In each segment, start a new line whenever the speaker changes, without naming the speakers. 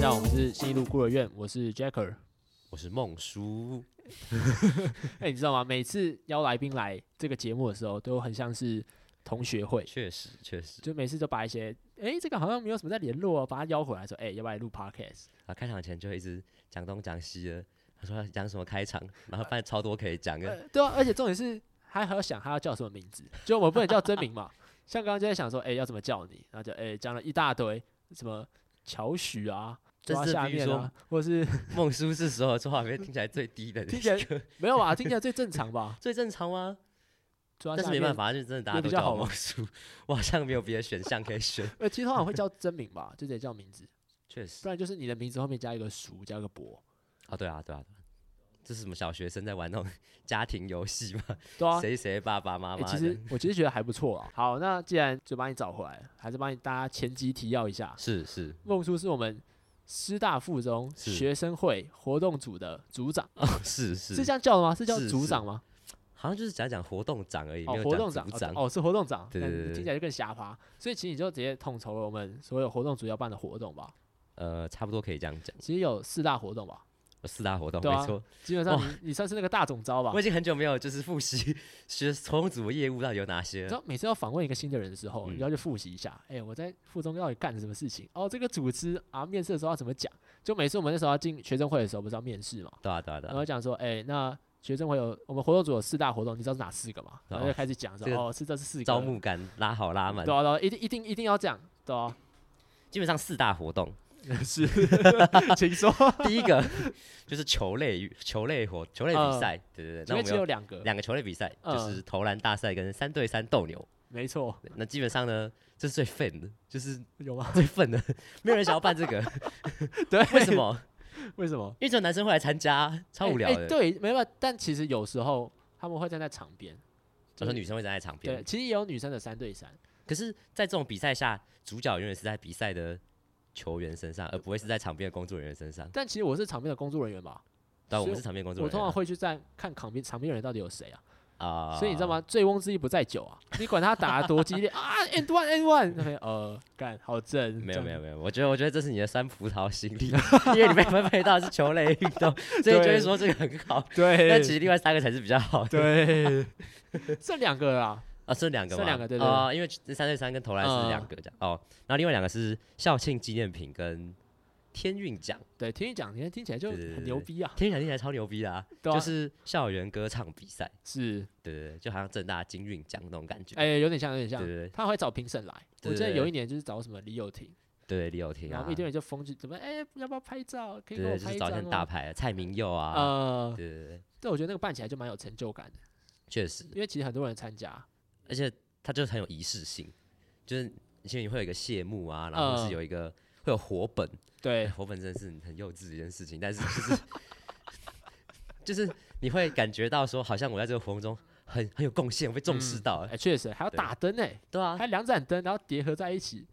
一路孤儿院，我是 Jacker。
我是孟叔，
哎、你知道吗？每次邀来宾来这个节目的时候，都很像是同学会，
确实确实
就每次都把一些哎、这个好像没有什么在联络、哦，把他邀回来说，哎、要不要来录 Podcast？
啊，开场前就一直讲东讲西的。他说要讲什么开场，然后发现超多可以 讲的。
呃，对啊，而且重点是还还要想他要叫什么名字，就我们不能叫真名嘛。 像刚刚就在想说，哎、要怎么叫你？然后就哎讲、了一大堆，什么乔许啊，
这
抓
是
下
比如
面
说
啊，或是
孟叔是所有说话里面听起来最低的
听起来
一个，
没有吧？啊听起来最正常吧？
最正常 吗？
抓
但是
下
没办
面。
法，就是真的大
也
家
比
都
较
叫
好
我孟
玩
叔，我好像没有别的选项可以选。
呃，其实通常会叫真名吧，就直接叫名字，
确实
不然就是你的名字后面加一个叔，加一个伯，
啊，对啊对啊，对啊这是什么小学生在玩那种 家庭游戏吗？
对啊，
谁谁爸爸妈
欸
妈
其
的
实？ 我其实觉得还不错啊。好，那既然就把你找回来了，还是帮你大家前集提要一下，
是是，
孟叔是我们师大附中
是
学生会活动组的组长，
哦是
是
是
这，样叫的吗？是叫
是
组
是
长吗？
好像就是讲讲活动长而已，
哦
没，有
活动
讲
长
组
哦
长。
哦，是活动长，
对
那
对
你
对
听
对
起来就更瞎趴。所以其实你就直接统筹了我们所有活动组要办的活动吧。
呃，差不多可以这样讲，
其实有四大活动吧，
有四大活动
对啊
没错。
基本上你你算是那个大总招吧
我。已经很久没有就是复习 学重组的业务到底有哪些
你
了
知。道每次要访问一个新的人的时候，
嗯
你要去复习一下，哎、我在附中到底干了什么事情？哦，这个组织啊，面试的时候要怎么讲？就每次我们那时候要进学生会的时候，不是要面试嘛，
对啊对啊对
然后
啊，
讲说，哎、那学生会有我们活动组有四大活动，你知道是哪四个吗？然后
哦
就开始讲说，
这个
哦，是这是四个
招募感拉好拉满
对，啊，对啊，一定一定一定要这样，对啊，
基本上四大 活动。
是，请说，
第一个 就是球类球类活球类比
嗯
赛，对对对。
因
那
为
我
只
们
有
有
两个，
两个球类比赛，就
嗯
是投篮大赛跟三对三斗牛。
没 错，
那基本上呢，这是最愤的，就是
有吗？
最愤 的，没有人想要办这个，
对，
为什？么？
为什么？
因为只有男生会来参加，啊超
哎
无聊
哎
的。
对，没办法，但其实有时候他们会站在场边，
我说女生会站在场
对，
边，嗯
其实也有女生的三对三。
可是，在这种比赛下，主角永远是在比赛的球员身上，而不会是在场边的工作人员身上。
但其实我是场边的工作人员吧，
对啊，
所以
我们是场边工作
我
人
通常
员
会去站看场边场边人到底有谁啊。
啊，啊
所以你知道？吗？醉翁之意不在酒啊，你管他打得多激烈啊，and one and one，那边呃，干好正，
没
这样
有没有没有，我觉得我觉得这是你的酸葡萄心 理，因为你被分配到是球类运动，所以就会说这个很好。但其
对
实另外三个才是比较好的
对，这两个啊，
啊，剩两个
剩
吗？
两个对对
啊，因为这三对三跟投篮是两个这样哦，然后另外两个是校庆纪念品跟天运奖，
对，听你讲，你看听起来就
对对
很
对
牛
对
逼啊，
天运奖听起来超牛逼的啊，
对啊
就是校园歌唱比赛，
是，
对对对，就好像正大金韵奖那种感觉。
哎，有点像，有点像
对，对
他会找评审来，我
对
记得
对
有一年就是找什么李友廷，
对，李友廷
然
啊
后，一堆人就疯去怎么，哎，要不要拍照？可以给
对
我
对，就
拍
是
一
找一些
张
很大
吗？
牌的蔡明佑啊，
呃，
对对对，
但我觉得那个办起来就蛮有成就感的，
确实，
因为其实很多人参加，
而且它就是很有仪式性，就是其实你会有一个谢幕啊，然后
嗯
是有一个会有活本，哎
对，
活本真的是很幼稚的一件事情，但是就是 就是你会感觉到说，好像我在这个活动中很很有贡献，我被重视
嗯
到了，
哎，确实还要
对
打灯哎，
对啊
还，有两盏灯，然后叠合在一起，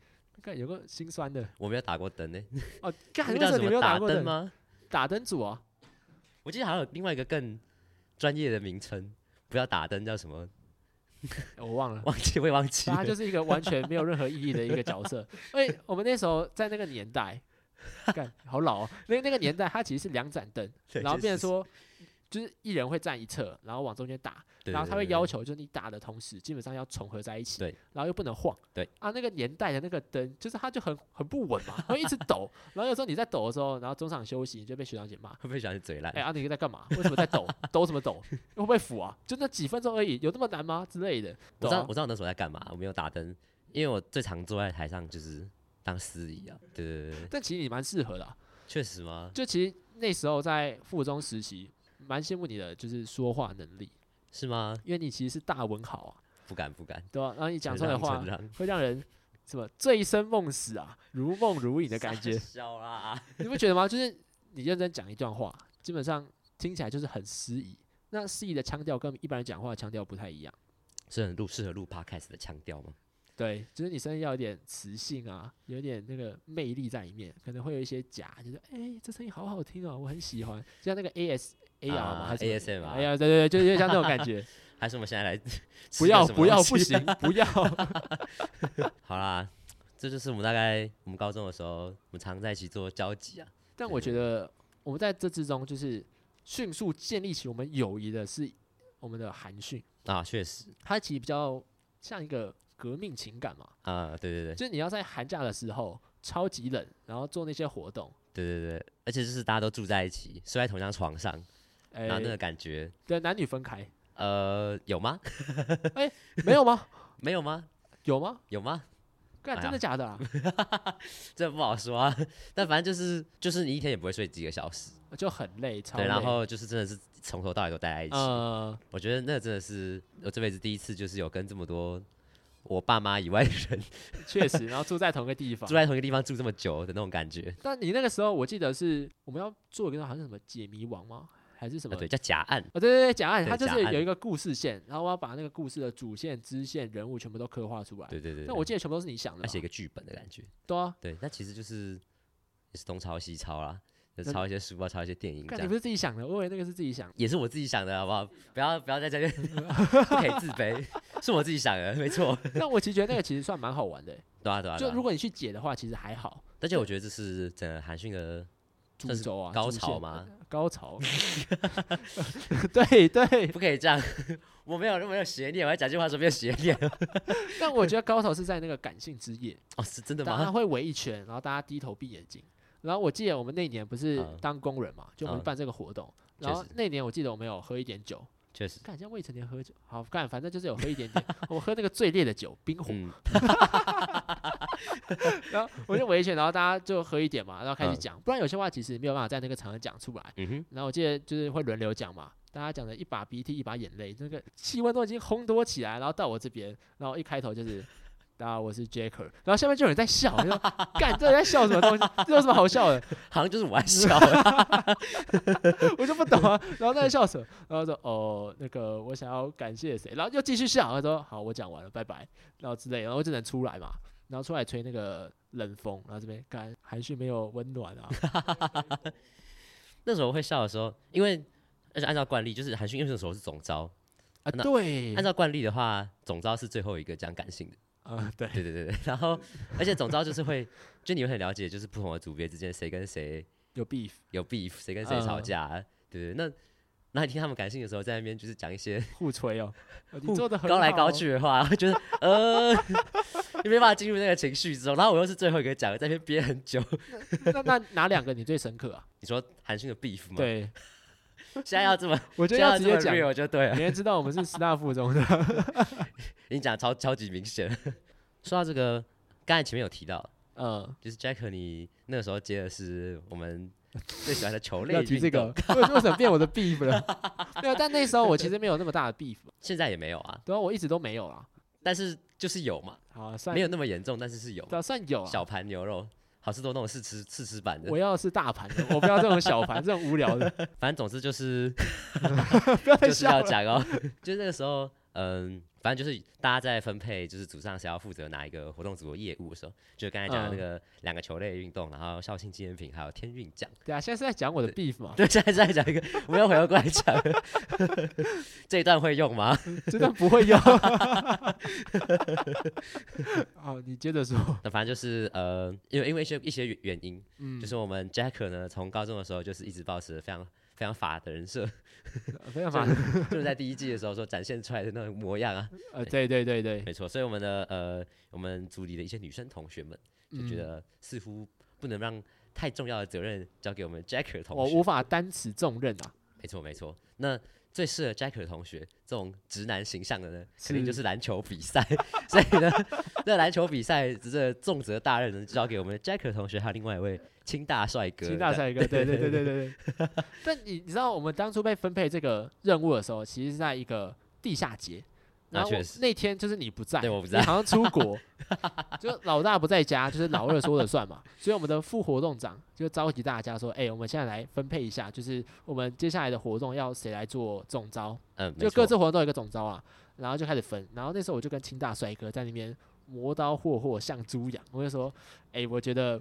看有个心酸的。
我没有打过灯呢，哎
哦，干，
那
为
叫
什
什
么你没有
么打
打过
灯
灯？
吗？
打灯组啊，
我记得好像有另外一个更专业的名称，不要打灯，叫什么？
哎我忘了。
忘记，我也忘记
反正他
了。
就是一个完全没有任何意义的一个角色。因为我们那时候在那个年代，干好老哦。那那个年代，它其实是两盏灯，
对
然后
确
变成
实
说，就是一人会站一侧，然后往中间打，
对
然后
对
他会
对
要
对
求就是你打的同时，基本上要重合在一起，
对，
然后又不能晃，
对
啊，那个年代的那个灯就是它就很很不稳嘛，会一直抖，然后有时候你在抖的时候，然后中场休息你就被学长姐骂，
会不会喜欢嘴烂？
哎、阿尼在干嘛？为什么在抖？ 抖什么抖？会不会腐啊？就那几分钟而已，有那么难吗？之类的。
我
对
知道
啊，
我知道我那时候在干嘛，我没有打灯，因为我最常坐在台上就是当司仪啊。对对对对，
但其实你蛮适合的啊、
确实吗？
就其实那时候在附中实习，蛮羡慕你的，就是说话能力，
是吗？
因为你其实是大文豪啊，
不敢不敢，
对吧、然后你讲出来的
承让
话
承让，
会让人什么醉生梦死啊，如梦如影的感觉
笑啦，
你不觉得吗？就是你认真讲一段话，基本上听起来就是很诗意。那诗意的腔调跟一般人讲话的腔调不太一样，
是很录适合录 podcast 的腔调吗？
对，就是你声音要有点磁性啊，有点那个魅力在里面，可能会有一些假，就是哎、这声音好好听哦，我很喜欢，就像那个 A S A R 嘛，
啊
还是什
ASMR
么哎呀，对对对，就有点像这种感 觉。
还是我们现在来吃
不
个
要
什么
不要
东西
不 行不要，
好啦，这就是我们大概我们高中的时候，我们常在一起做交集啊。
但
对
我觉得我们在这之中，就是迅速建立起我们友谊的是我们的韩讯，
啊，确实
它其实比较像一个革命情感嘛，
啊，对对对
就是你要在寒假的时候超级冷，然后做那些活动，
对对对，而且就是大家都住在一起，睡在同一张床上，
哎、
然啊后那个感觉，
对，男女分开，
呃，有吗？
没有吗？
没有吗？
有吗？
有吗？
干，
哎
真的
呀
假 的啊？
这不好说啊，但反正就是就是你一天也不会睡几个小时，
就很累，超
对，
累。
然后就是真的是从头到尾都待在一起，
呃，
我觉得那真的是我这辈子第一次，就是有跟这么多我爸妈以外的 人
确实，然后住在同一个地方
住。在同一个地方住这么久的那种感觉。
但你那个时候，我记得是我们要做一个好像什么解谜王吗？还是什
啊，
么？
对，叫夹岸，
啊，对对对，假案，
对
它就
假
是
案
有一个故事线，然后我要把那个故事的主线、支线、人物全部都刻画出来。
对对对。
但我记得全部都是你想的吧。
他写一个剧本的感觉，
对啊，
对，那其实就是也是东抄西抄啦，就
那
抄一些书啊，抄一些电影这
看你
样
不。是自己想的，我以为那个是自己想的。
也是我自己想的，好不好？不要不要在这 边不可以自卑，是我自己想的，没错。
但我其实觉得那个其实算蛮好玩的欸、
对啊对啊。对
就
啊
如果你去解的话，其实还好。
而且我觉得这是整个韩讯的
主
算是
轴啊，
高
主
潮
线
吗？
高 潮。对对，
不可以这样， 我没有我没有邪念，我要讲这句话说没有邪念
但我觉得高潮是在那个感性之夜，
哦，是真的
大家
吗？
会围一圈，然后大家低头闭眼睛。然后我记得我们那年不是
嗯
当工人嘛，就我们
嗯
办这个活动。
确
然后
实
那年我记得我们有喝一点酒，
确实，
看像未成年喝酒，好干，反正就是有喝一点点。我喝那个最烈的酒，冰火。
嗯，
然后我就围一圈，然后大家就喝一点嘛，然后开始
嗯
讲。不然有些话其实没有办法在那个场合讲出来。
嗯哼，
然后我记得就是会轮流讲嘛，大家讲的一把鼻涕一把眼泪，那个气温都已经烘托起来，然后到我这边， 然后一开头就是。大家好，我是 Jacker，然后下面就有人在笑，我就 干这人在笑什么东西？这有什么好笑的？
好像就是我在笑 了
我就不懂啊。 然后在笑什么？然后说哦，那个我想要感谢谁，然后又继续笑。他说好，我讲完了，拜拜，然后之类，然后我只能出来嘛，然后出来吹那个冷风，然后这边干还是没有温暖啊。
那时候会笑的时候，因为而且按照惯例，就是韩讯因为那时候是总招，
啊，
那
对，
按照惯例的话，总招是最后一个讲感性的。
啊对，
对对对 对，然后而且总招就是会，就你会很了解，就是不同的组别之间谁跟谁
有 beef，
有 beef，谁跟谁吵
嗯
架啊、对对，那那你听他们感性的时候，在那边就是讲一些
互吹哦，呃你
互
做的
高来高，去的话，就是呃，你没办法进入那个情绪之中。然后我又是最后一个讲，在那边憋很久。
那那哪两个你最深刻啊？
你说韩讯的 beef 吗？，
对，
现在要这么，
我觉
现
得要
在要
直
这
接
么
讲，
real 就对了
别。人知道我们是师大附中的，
你讲超超级明显。说到这个，刚才前面有提到，
嗯，
就是 Jack，你那个时候接的是我们最喜欢的球 类
要提
运
这个，
动，
为为什么变我的 beef 了？没有，但那时候我其实没有那么大的 beef，
现在也没有啊，
对啊，我一直都没有啦。
但是就是有嘛，
好啊，算
没有那么严重，但是是有
对啊，算有啊。
小盘牛肉，好事多那种试吃试吃版的
我，要的是大盘的，我不要这种小盘，这种无 聊的，
反正总之就是
不要再
就是
笑
要
了。
讲哦，就是那个时候，嗯，反正就是大家在分配，就是组上谁要负责哪一个活动组的业务的时候，就刚才讲的
嗯
那个两个球类运动，然后校庆纪念品还有天运奖。
对啊，现在是在讲我的 beef 嘛，
对，现在再讲一个，我们要回过来讲 这一段会用吗？
真的不会用。好，哦你接着说。
那反正就是呃，因为因为一些一些原因，
嗯，
就是我们 Jack 呢，从高中的时候就是一直保持非常非常法的人设，
没办法，
就是在第一季的时候所展现出来的那种模样啊，
呃，对对对对，
没错。所以我们的呃，我们组里的一些女生同学们。就觉
嗯
得似乎不能让太重要的责任交给我们 Jacker 同
我
学。
无法担此重任啊。
没错没错，那最适合 Jacker 同学这种直男形象的呢，肯定就是是篮球比赛。 所以呢，那篮球比赛这重责大任呢，就交给我们 Jacker 同学，还有另外一位清大帅哥。
金大
这
帅
样
哥，对对对对对对。 但你你知道我们当初被分配这个任务的时候，其实是在一个地下街。
那
然后我
啊确实
那天就是你不在，
对我不
你
在
好像出 国，就老大不在家，就是老二说了算嘛。所以我们的副活动长就召集大家说：“哎、我们现在来分配一下，就是我们接下来的活动要谁来做总招，
嗯，
就
没
各
错
自活动都有一个总招啊。”然后就开始分。然后那时候我就跟清大帅哥在那边磨刀霍霍，像猪羊。我就说：“哎、我觉得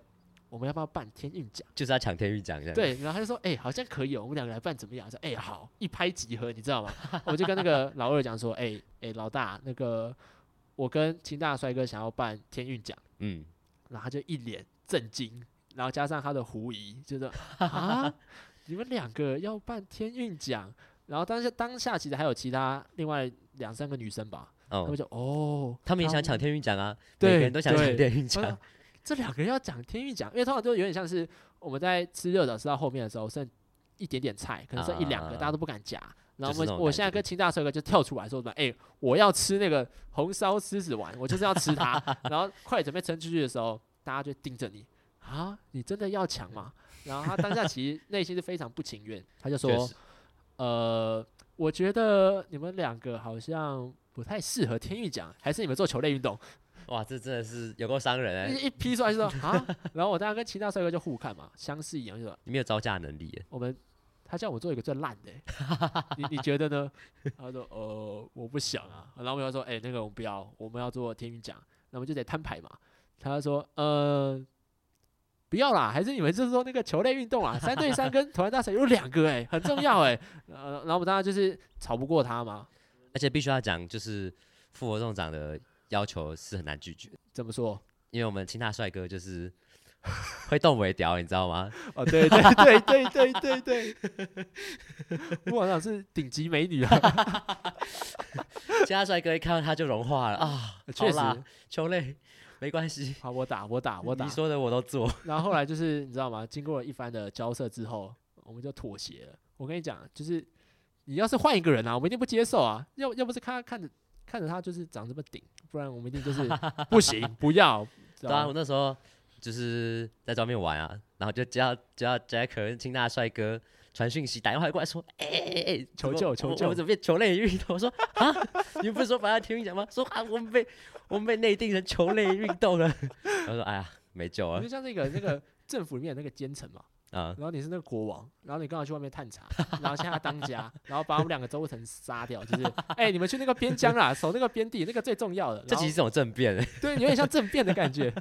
我们要不要办天运奖？”
就是要抢天运奖这样。，
对，然后他就说：“哎、好像可以、哦，我们两个来办怎么样？”我说：“哎、好，一拍即合，你知道吗？” 我就跟那个老二讲说：“哎、哎、老大，那个我跟秦大帅哥想要办天运奖。
嗯，”
然后他就一脸震惊，然后加上他的狐疑，就是啊，你们两个要办天运奖，然后当下当下其实还有其他另外两三个女生吧，他
哦
们，就哦，
他们也想抢天运奖啊，每
对
个人都想抢
对
天运
我想
奖，
这两个人要讲天运奖，因为通常就有点像是我们在吃热炒吃到后面的时候，剩一点点菜，可能剩一两
啊
个，大家都不敢夹。然
就是
后我
那种
们我
感
现在
觉
跟清大帅哥就跳出来说什么？哎、我要吃那个红烧狮子丸，我就是要吃 它。然后快准备撑出去的时候，大家就盯着你啊，你真的要抢吗？然后他当下其实内心是非常不情愿，他就
确
说
实，
呃，我觉得你们两个好像不太适合天运奖，还是你们做球类运动。
哇，这真的是有够伤人哎，
一一批出来就说啊，然后我当时跟其他帅哥就互看嘛，相视一眼就说
你没有招架能力啊耶，
我们他叫我做一个最烂的欸、你你觉得呢？他说呃我不想啊，然后我们就说哎、那个我们不要，我们要做天运奖，那我们就得摊牌嘛。他就说呃不要啦，还是你们就是说那个球类运动啊，三对三跟投篮大赛有两个哎、很重要哎、呃，然后我们当时就是吵不过他嘛，
而且必须要讲，就是副活动长的要求是很难拒绝，
怎么说？
因为我们清大帅哥就是 会动尾屌，你知道吗？
哦，对对对对对对对， 我好像是顶级美女啊。
清大帅哥一看到他就融化了啊，
确
好啦
实，
球类没关系，
好，我打，我打，我打
你。说的我都做，
然后后来就是你知道吗？经过了一番的交涉之后，我们就妥协了。我跟你讲，就是你要是换一个人啊，我们一定不接受啊。要要不是看他看着看着他就是长这么顶，不然我们一定就是 不行，不要。知
对
道
啊，
吗
我那时候就是在外面玩啊，然后就叫叫 Jack 跟清大帅哥传讯息，打电话过来说，哎哎哎，
求
怎么
救
我
求
我
救
我怎么变球类运动？我说啊，你不是说把它听运讲吗？说啊，我们被我们被内定成球类运动了。他说哎呀，没救
你
了
就像那个那 个政府里面的那个奸臣嘛，
啊，
然后你是那个国王，然后你刚好去外面探查，然后现在他当家，然后把我们两个周成杀掉， 就是哎、你们去那个边疆啦，守那个边地，那个最重要的。
这
然后
其实是种政变，
对，有点像政变的感觉。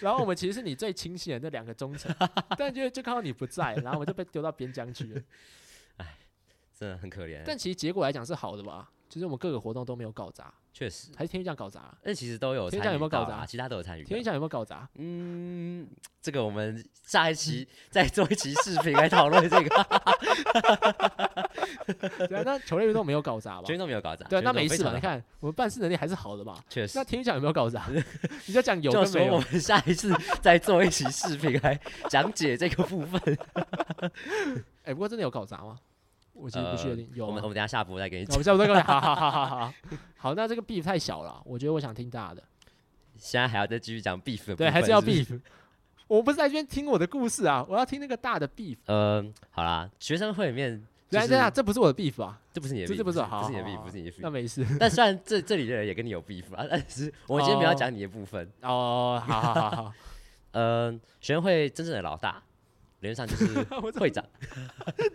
然后我们其实是你最清醒的那两个忠 臣，但就就看到你不在，然后我就被丢到边疆去了。
真的很可怜。
但其实结果来讲是好的吧？就是我们各个活动都没有搞砸，
确实，
还是天运奖搞砸了。
但其实都有
天降
参
有没
与
有
到
搞
啦，
砸
其他都有参与到。
天运奖有没有搞砸？
嗯，这个我们下一期再做一期视频来讨论这个。
对啊，那球类运动没有搞砸吧
全？运都没有搞砸，
对啊，
全运
那
动
没
非
事
常
吧？
地
你
好，
看我们办事能力还是好的吧？
确实
那。天运奖有没有搞 砸？你就讲有
就
跟
说
没
我
有，
们下一次再做一期视频来讲解这个部分。
哎，不过真的有搞砸吗？我其实不确
呃
定，有
我们
吗
我？们等一下下播再给你
那我
讲。
们下次再跟你， 好好好好好，好，那这个 beef 太小了，我觉得我想听大的。
现在还要再继续讲 beef 的部分，
对，还是要
不
beef。我 不是在这边听我的故事啊，我要听那个大的 beef。
呃，好啦，学生会里面就
等一下
是
等一下，这不是我的 beef 啊，
这不是你的 beef，
这这不是好
不是你的
好好
beef，
好
不是你的
那
beef。
没事。
但虽然这这里的人也跟你有 beef 啊，但是我们今天不要讲你的部分。
哦，好好好好，
呃，学生会真正的老大， 理论上就是
我怎么
会长。对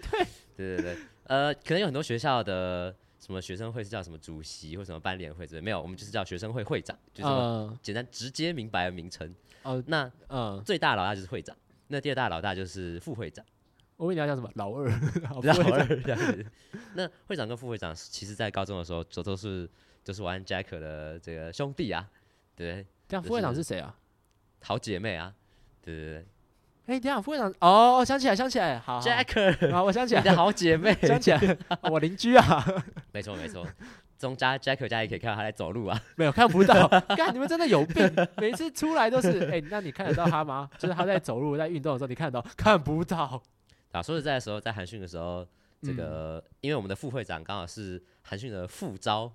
对对对，呃，可能有很多学校的什么学生会是叫什么主席或什么班联会之类，没有，我们就是叫学生会会长，就是我们
嗯
简单直接明白的名称。
哦
那
嗯，
最大老大就是会长，那第二大老大就是副会长，
我问你要讲什么？老二， 好
然后
哦不会
二这样子那会长跟副会长，其实在高中的时候都都是都是玩 Jack 的这个兄弟啊，对，
这样
就
副会长
是
是谁啊？
好姐妹啊，对对对
哎，这样副会长，哦，想起来，想起来，好好
，Jack
好，我想起
你
来，
的好姐妹，
想起来，哦我邻居啊，
没错没错，从家 Jack 家也可以看到他在走路啊，
没有看不到，干你们真的有病，每次出来都是，哎，那你看得到他吗？就是他在走路、在运动的时候，你看得到，看不到。
啊，说实在的时候，在寒训的时候，这个、
嗯
因为我们的副会长刚好是寒训的副招，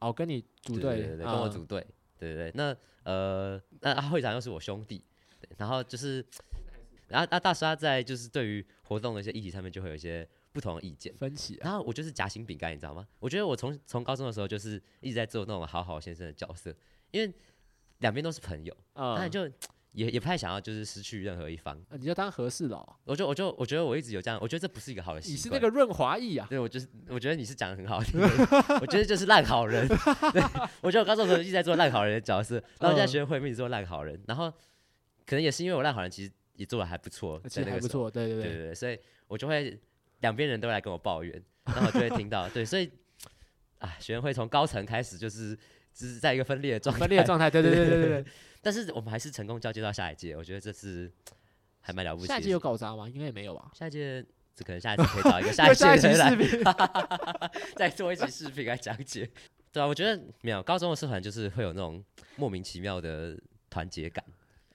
哦，跟你组
对
队，
对对，跟我
嗯
组队，对对对。那呃，那啊会长又是我兄弟，对然后就是，然后那大沙在就是对于活动的一些议题上面就会有一些不同的意见。
分歧啊。
然后我就是夹心饼干，你知道吗？我觉得我从从高中的时候就是一直在做那种好好先生的角色，因为两边都是朋友，那
嗯
你，就也也不太想要就是失去任何一方。
呃你就当和事佬啊，
我就我就我觉得我一直有这样，我觉得这不是一个好的习
你
惯。
是那个润滑液啊。
对，我就是，我觉得你是讲的很好听的，我觉得就是烂好人。 对，我觉得我高中的时候一直在做烂好人的角色，然后现在
嗯
学会面做烂好人，然后可能也是因为我烂好人其实也做的还不错，
其
在
实
那
还
个
不
时候，
错，对对
对对
对，
对，所以我就会两边人都来跟我抱怨，然后我就会听到，对，所以啊，学生会从高层开始就是只是在一个分裂的状态，
分裂的状态，对对对对对，
但是我们还是成功交接到下一届，我觉得这是还蛮了不起的。
下一届有搞砸吗？应该也没有吧。
下一届，这可能下一次可以找一个
因
下
为
一
下一
届
期
的来
视频
再做一集视频来讲解。 对啊，我觉得没有高中的社团就是会有那种莫名其妙的团结感，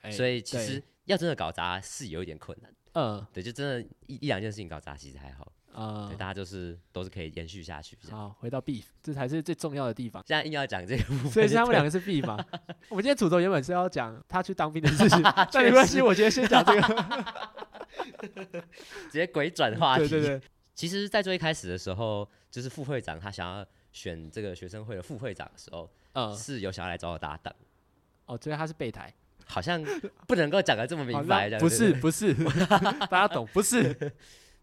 哎
所以其
对
实要真的搞砸是有一点困难。
嗯
对，就真的一一两件事情搞砸其实还好，
啊
对，，大家就是都是可以延续下去。这样
好，回到 beef，这才是最重要的地方。
现在硬要讲这个部分，
所以是他们两
个
个是 beef 嘛？我们今天主轴原本是要讲他去当兵的事 情，但没关系，我觉得先讲这个。
直接鬼转话题。
对对对，
其实，在最一开始的时候，就是副会长他想要选这个学生会的副会长的时候，
嗯，
是有想要来找我搭档，
哦，所以他是备胎，
好像不能够讲的这么
好
明
那
白，这样
不
对对
是不是， 大家懂不 是？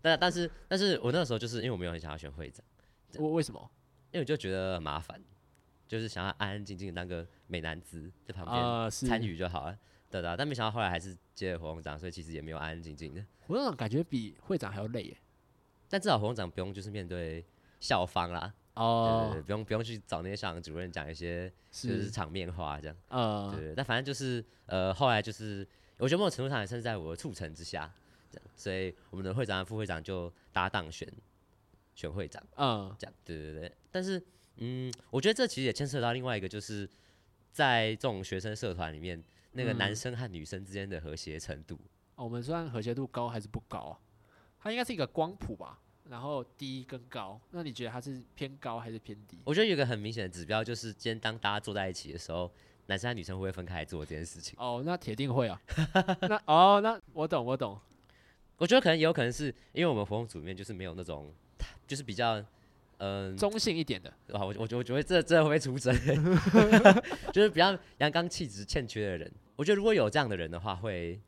但但是但是我那时候就是因为我没有很想要选会长，
我为什么？
因为我就觉得很麻烦，就是想要安安静静地当个美男子在旁边
啊，是
参与就好了，对的、啊。但没想到后来还是接了活动长，所以其实也没有安安静静的。
活动长感觉比会长还要累耶。
但至少活动长不用就是面对校方啦，对对
哦
对，，不用不用去找那些校长主任讲一些就是
是
场面话这样，对
呃，
对。对但反正就是呃后来就是我觉得某种程度上也是在我的促成之下，这样，所以我们的会长和副会长就搭档选选会长。
嗯，
这样，对对对。但是，嗯，我觉得这其实也牵涉到另外一个，就是在这种学生社团里面，那个男
嗯
生和女生之间的和谐程度。
哦我们算和谐度高还是不高啊？它应该是一个光谱吧，然后低跟高。那你觉得它是偏高还是偏低？
我觉得有一个很明显的指标，就是今天当大家坐在一起的时候，男生和女生会不会分开来做这件事情。
哦，那铁定会 啊。那哦，那我懂，我懂。
我觉得可能也有可能是因为我们活动组里面就是没有那种，就是比较。嗯，
中性一点的，
哇，我我我觉得这这会不会出 征？ 就是比较阳刚气质欠缺的人，我觉得如果有这样的人的话，会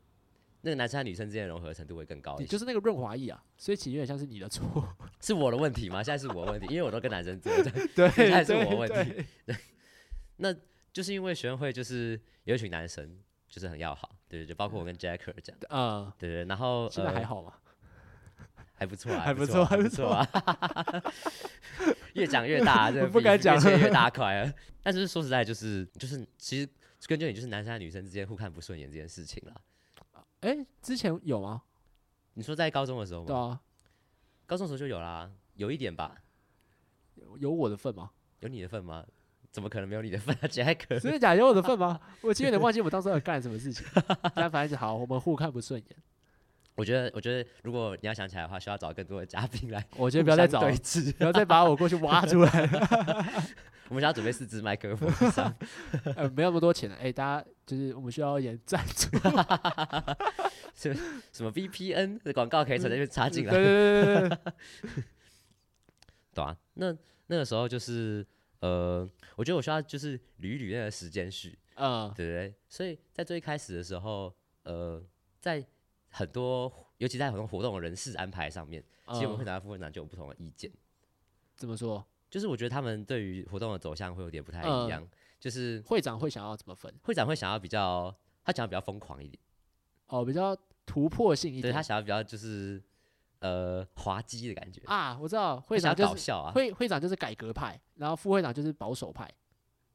那个男生和女生之间的融合程度会更高一
你
些。
就是那个润滑液啊，所以其实有点像是你的错。
是我的问题吗？现在是我的问题，因为我都跟男 生做，这样
对
现在是
对
我问
对
题。就是因为学生会就是有一群男生，就是很要好，对对，就包括我跟 Jacker 这样，
嗯，
对对，然后
现在还
呃
好嘛？
还不错啊，
还不
错
错
啊，
还
还
不
不错啊，越讲越 大啊， 这个
不
比
敢讲
越切越大块了。但是说实在，就是就是其实根究你就是男生和女生之间互看不顺眼这件事情啦。呃
哎，之前有吗？
你说在高中的时候
对
吗？
啊，
高中的时候就有啦，有一点吧，
啊有有我的份吗？
有你的份吗？怎么可能没有你的份啊，Jacker？
真的假的？有我的份 吗？我其实有点忘记我当时候干什么事情，但反正是好，我们互看不顺眼。
我觉得，我觉得如果你要想起来的话，需要找更多的嘉宾来，
我觉得不要再找了
对，峙。
不要再把我过去挖出来了。
我们想要准备四支麦 克风以上，
呃，没有那么多钱了，哎、大家就是我们需要一点赞助，
什么 VPN 的广告可以从那边插 进
对对
来，
对对对 对，
对啊，那那个时候就是呃，我觉得我需要就是捋一捋那个时间序，
嗯，
对不对？所以在最一开始的时候，呃，在很多尤其在很多活动的人事安排上面，其实我们会
嗯
拿副会长就有不同的意见。
怎么说？
就是我觉得他们对于活动的走向会有点不太一
嗯
样，就是
会长会想要怎么分？
会长会想要比较，他想要比较疯狂一点，
哦，比较突破性一
对
点。
他想要比较就是呃滑稽的感觉，
啊，我知道，
会
会
想
长
要搞
就是
笑啊。
会会长就是改革派，然后副会长就是保守派。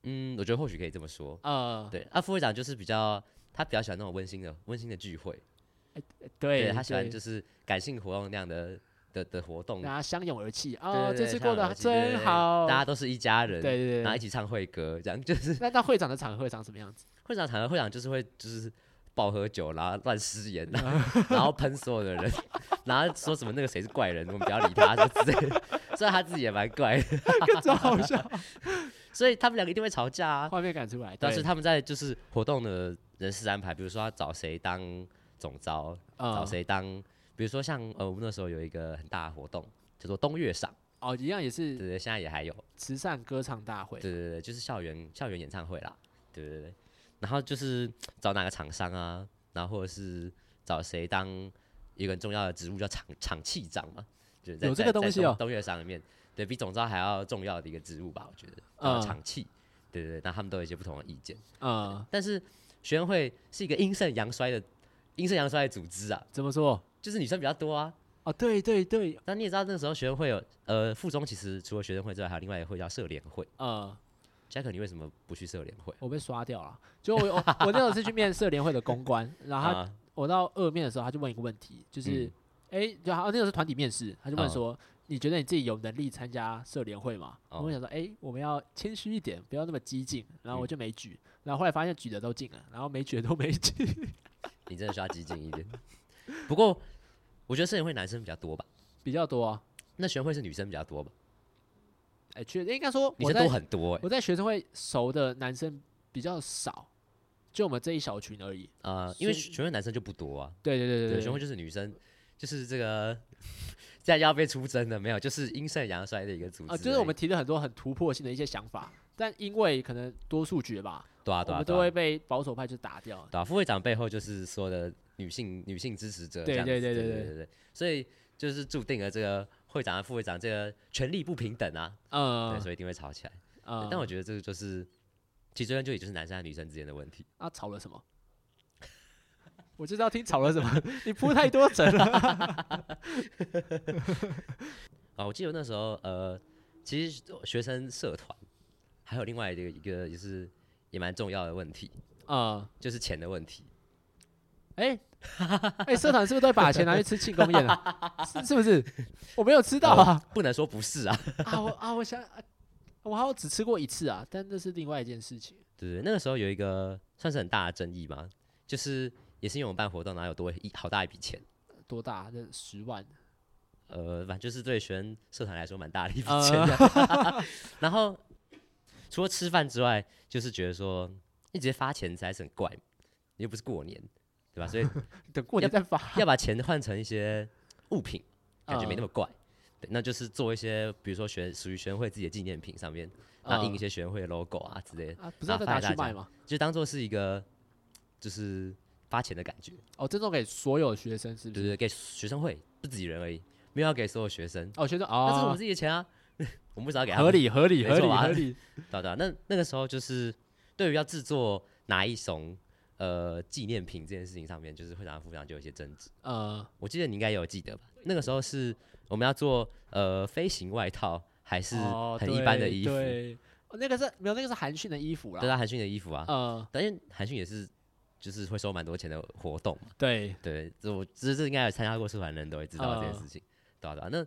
嗯，我觉得或许可以这么说。
呃，
对，啊，副会长就是比较，他比较喜欢那种温馨的温馨的聚会，
对，
他喜欢就是是感性活动那样的的的活动。
大家相拥而泣。
对
哦，
对
这
对
次
像
过
耳
得
机对对
真
对
好。
大家都是一家人，
对对
然后一
对。
起唱会歌，这样就是
那那会长的场合会长什么样子？
会长常常会长就是会就是暴喝酒，然后乱失言， 然后然后喷所有的人，然后说什么那个谁是怪人，我们不要理他就之类的。 虽然他自己也蛮怪的，
真好笑，
所以他们两个一定会吵架啊。
画面感出来。
但是
对
他们在就是活动的人事安排，比如说要找谁当总招，找
嗯
谁当，比如说像呃我们那时候有一个很大的活动叫做东乐赏，
哦，一样也
对
是
对，现在也还有，
慈善歌唱大会。
对对对，就是校园校园演唱会啦，对对对。然后就是找哪个厂商啊，然后或者是找谁当一个很重要的职务叫厂厂气长嘛，就是在
有这
在
个东
在
西
东
哦
东乐商里面，对比总招还要重要的一个职务吧，我觉得叫
嗯
厂气，对对对。那他们都有一些不同的意见，
嗯，
但是学生会是一个阴盛阳衰的阴盛阳衰的组织啊，
怎么说？
就是女生比较多啊。
哦，对对对，
但你也知道那时候学生会有呃附中其实除了学生会之外，还有另外一个会叫社联会。
呃，
杰克，你为什么不去社联会？
我被刷掉了。就我我我那时候是去面社联会的公关，然后他
啊
我到二面的时候，他就问一个问题，就是
嗯
哎、诶就好像那个是团体面试，他就问
嗯
说。你觉得你自己有能力参加社联会吗？
哦
我会想说，哎、我们要谦虚一点，不要那么激进。然后我
嗯
就没举，然后后来发现举的都进了，然后没举的都 没进。
你真的需要激进一点。不过我觉得摄影会男生比较多吧，
比较多、啊。
那学会是女生比较多吧？
哎、确应该说
女
我
生
在
多很多哎、
我在学生会熟的男生比较少，就我们这一小群而已。
呃，因为
所以
学会男生就不多啊，
对对对
对，
对
学会就是女生，就是这个 现在要被出征的没有，就是阴盛阳衰的一个组织而
啊，
已。
就是我们提了很多很突破性的一些想法，但因为可能多数决吧，
对啊
我
对啊
们
对
都
啊
会被保守派就打掉。
对啊，副会长背后就是说的女性女性支持者这
对
样子，
对
对
对对
对对所以就是注定了这个会长和副会长这个权力不平等啊，
嗯
对，所以一定会吵起来。
嗯，
但我觉得这个就是，其实追根究底就是男生和女生之间的问题。
啊吵了什 么？我就是要听吵了什么，你铺太多层 了。
啊，我记得那时候呃，其实学生社团还有另外一个一个也是也蛮重要的问题，
嗯，
就是钱的问题。
哎哎，社团是不是都会把钱拿去吃庆功宴啊？是是不是？我没有吃到啊。
不能说不是啊，
啊，我啊，我想，啊我好像只吃过一次啊，但那是另外一件事情。
对对，那个时候有一个算是很大的争议嘛，就是也是因为我们办活动，然后有多一好大一笔钱。
多大？啊那十万？
呃，反正就是对学生社团来说蛮大的一笔
呃
钱啊的。然后除了吃饭之外，就是觉得说你直接发钱实在是很怪，又不是过年，对吧？所以
等过年再发。
要把钱换成一些物品，感觉没那
呃
么怪。对，那就是做一些，比如说学属于学生会自己的纪念品上面，然后印一
些
些学生会的 logo 啊之类的，
呃啊，不是要再拿去卖吗？
就当做是一个就是发钱的感觉，
哦，赠送给所有学生是不
对
是？
对，给学生会不自己人而已，没有要给所有学生，
哦，学生
那这是我们
哦，
自己的钱啊， 我们不想要给他
合
们
理合理
没
合
错
理
吧
合理。
对啊对啊，那那个时候就是对于要制作哪一种呃纪念品这件事情上面，就是会长和副长就有一些争执。
呃，
我记得你应该有记得吧？那个时候是我们要做呃飞行外套，还 是
哦
很一般的
对
衣服？
对，哦那个是没有，那个是韩讯的衣服
对
啦。
啊，韩讯的衣服啊，
呃，
但因为韩讯也是就是会收蛮多钱的活动嘛。
对，
对，这我这这应该有参加过社团的人都会知道这件
嗯
事情。对啊对啊，那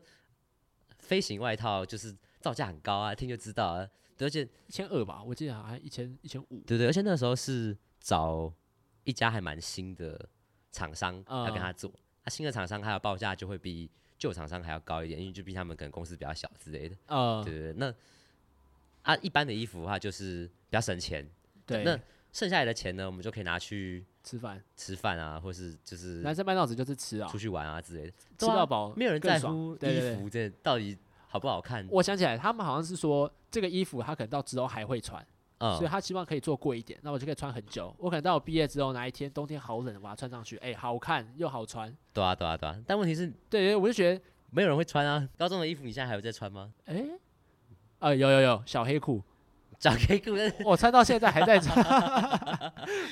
飞行外套就是造价很高啊，听就知道啊。对而且
一千二吧，我记得好像一千一千五。
对对，而且那时候是找一家还蛮新的厂商要跟
嗯
他做，那、新的厂商他的报价就会比旧厂商还要高一点，因为就比他们可能公司比较小之类的。
呃，
对对对，那啊一般的衣服的话就是比较省钱，
对，
那剩下来的钱呢，我们就可以拿去
吃饭，
吃饭啊，或是就是
男生麦当劳就是吃啊，
出去玩啊之类的，
吃
对啊
到饱。
没有人
哦更
在
爽
乎
对
衣
对对
服这到底好不好看。
我想起来，他们好像是说这个衣服他可能到之后还会穿。所以
嗯，
他希望可以做贵一点，那我就可以穿很久。我可能到我毕业之后哪一天冬天好冷，我把它穿上去，哎、好看又好穿。
对啊对啊对啊，但问题是
对对，我就觉得，
没有人会穿啊，高中的衣服你现在还有在穿吗？
哎、呃，有有有小黑裤，
找 K 裤那
我穿到现在还在穿。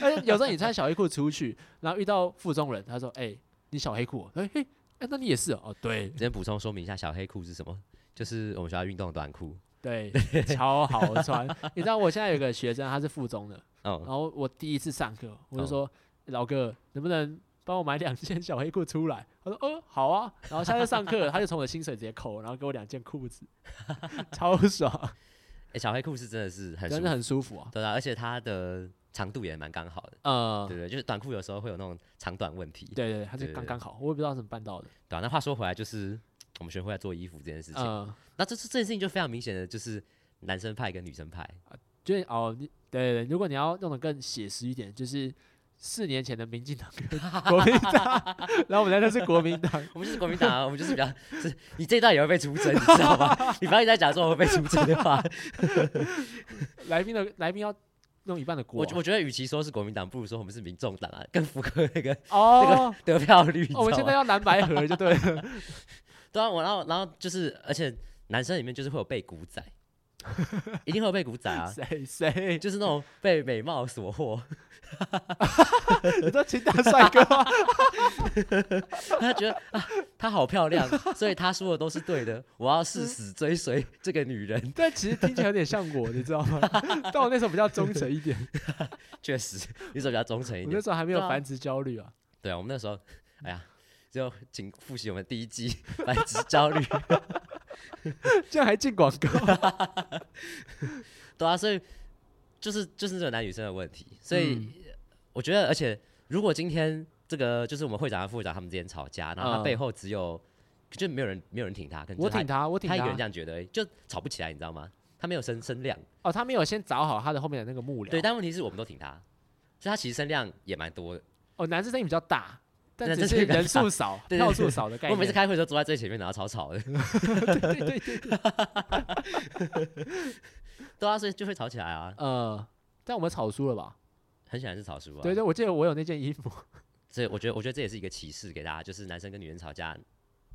而且有时候你穿小黑裤出去，然后遇到附中人，他说，哎、你小黑裤哦，哎、嘿，哎、那你也是哦，哦对
先补充说明一下，小黑裤是什么？就是我们学校运动的短裤。
对，超好穿。你知道我现在有个学生，他是附中的，然
嗯，
后我第一次上课，我就
哦
说、老哥，能不能帮我买两件小黑裤出来？他说哦，好啊。然后下次上课，他就从我的薪水直接扣，然后给我两件裤子， 超爽，
哎、小黑裤是真的是很舒
真
服
的，很舒服啊。
对啊，而且它的长度也蛮刚好的，
呃，
对不对？就是短裤有时候会有那种长短问题，
对对，他就
对
刚
对
刚好，我也不知道怎么办到的。
对啊。那话说回来，就是我们学会在做衣服这件事情，
嗯，
那这这这件事情就非常明显的就是男生派跟女 生派，
就是哦，你对对对，如果你要弄得更写实一点，就是。四年前的民进党 跟国民党，然后我们现在是国民党，
我们就是国民党、啊，我们就是比较，是你这一段也会被出征，你知 道吗？你不要一直在讲说我会被出征的话，
来宾的来宾要弄一半的锅
我
啊、
我觉得与其说是国民党，不如说我们是民众党啊，更符合那个
哦
那得票率。你知
哦，我们
道
现
吗
在要蓝白合就对了，
对啊，我然后然后就是，而且男生里面就是会有被古仔，一定会有被古仔啊，
谁谁
就是那种被美貌所惑，
你说秦大帅哥吗？
他觉得啊，她好漂亮，所以他说的都是对的，我要誓死追随这个女人。
但其实听起来有点像我，你知道吗？但我那时候比较忠诚一点，
确实，你说比较忠诚一
我那
点，
时候还没有
对啊
繁殖焦虑啊。
对啊，我们那时候，哎呀，就请复习我们第一季 白纸焦虑，
这样还进广告，
对啊，所以就是就是这个男女生的问题，所以、
嗯
我觉得，而且如果今天这个就是我们会长和副会长他们之间吵架，然后他
嗯
背后只有、就没有人没有人挺他，可能就
我
他
挺他，我挺
他一个人这
他。啊
样觉得而已，就吵不起来，你知道吗？他没有声声量，
哦，他没有先找好他的后面的那个幕僚。
对，但问题是我们都挺他，所以他其实声量也蛮多的。
哦，男生声音比较大，但
男
只
生
是
声音比较
人数少、
对对
票数少的概
我每次
念。
开会的时候坐在最前面，然后吵吵的，
对对对对，
对啊，所以就会吵起来啊，
呃，但我们吵输了吧？
很显然是吵输啊。
对对，我记得我有那件衣 服。
所以我觉得，我觉得这也是一个启示给大家，就是男生跟女人吵架，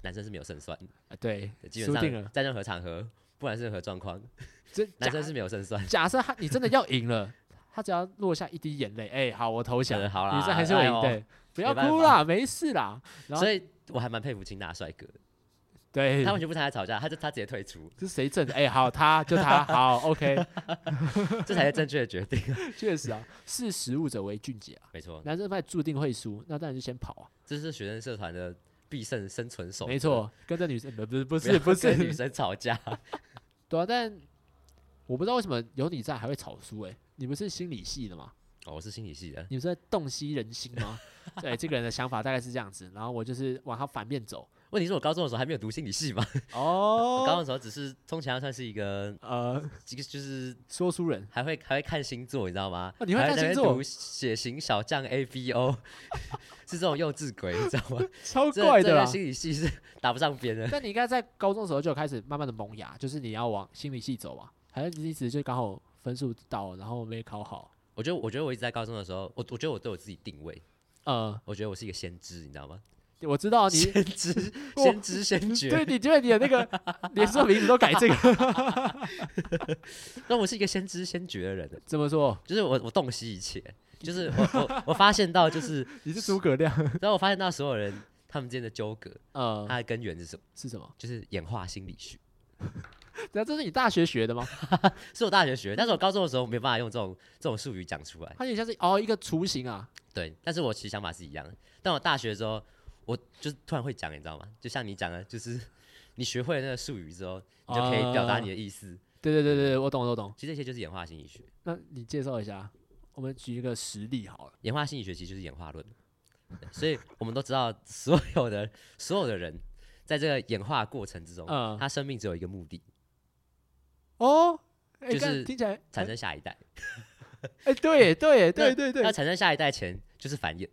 男生是没有胜算的，
啊对，
基
输
本
定了
上。在任何场合，不管是任何状况，
这
男
假
生是没有 胜算。
假设他你真的要赢了，他只要落下一滴眼 泪，哎、好，我投降。
呃好啦
女生还是会
哎
赢
呦
的，不要
没办
哭
法
啦，没事啦。然后嗯
所以我还蛮佩服金大帅哥的，
对
他，完全不参加吵架，他就他直接 退出，
这是谁正的？哎、好，他就他， 好，OK，
这才是正确的决定。
确实啊，识时务者为俊杰啊。
没错，
男生派注定会输，那当然就先跑啊。
这是学生社团的必胜生存手。
没，错，跟着女生呃不不是不
不
是不
要跟女
是，
生吵架。
对啊，但我不知道为什么有你在还会吵输哎、你们是心理系的吗？
哦，我是心理系的，
你们是在洞悉人心 吗？对，这个人的想法大概是这样子，然后我就是往他反面走。
问题是我高中的时候还没有读心理系嘛，我高中
哦，
的时候只是充其量算是一个，
呃，
这个就是
说书人，
还会还会看星座，你知道吗？
哦你会
还
看
在那边
星座
读血型小将 A B O，是这种幼稚鬼，你知道吗？
超
这
怪
这
的
跟
啦。
心理系是 打不上边的。
但你应该在高中的时候就开始慢慢的萌芽，就是你要往心理系走吧？还是你一直就刚好分数到，然后没考好？
我觉得，我觉得我一直在高中的时候，我我觉得我对我自己定位，
呃，
我觉得我是一个先知，你知道吗？
我知道你，
先知，
我
先知先
对，
觉。
你觉得你的那个 连说名字都改这个，
那我是一个先知先觉的人，
怎么说？
就是我我洞悉一切，就是我我我发现到，就是
你是诸葛亮？
然后我发现到所有人他们之间的纠葛，
呃，
它的根源是什么？
是什么？
就是演化心理学。
那这是你大学学的吗？
是我大学学，但是我高中的时候没办法用这种这种术语讲出来。
它有点像是哦一个雏形啊，
对，但是我其实想法是一样的。但我大学的时候，我就是突然会讲，你知道吗？就像你讲的，就是 你学会了那个术语之后，你就可以表
啊
达你的意思。
哦对对对对，我懂我懂。
其实这些就是演化心理学。
那你介绍一下，我们举一个实例好了。
演化心理学其实就是演化论，对所以我们都知道，所有的所有的人在这个演化过程之中，
嗯哎
他生命只有一个目的，
哦，哎
就
干
是
听起来
产生嗯下一代。
哎，对对对
那
对对
那，产生下一代前就是繁衍，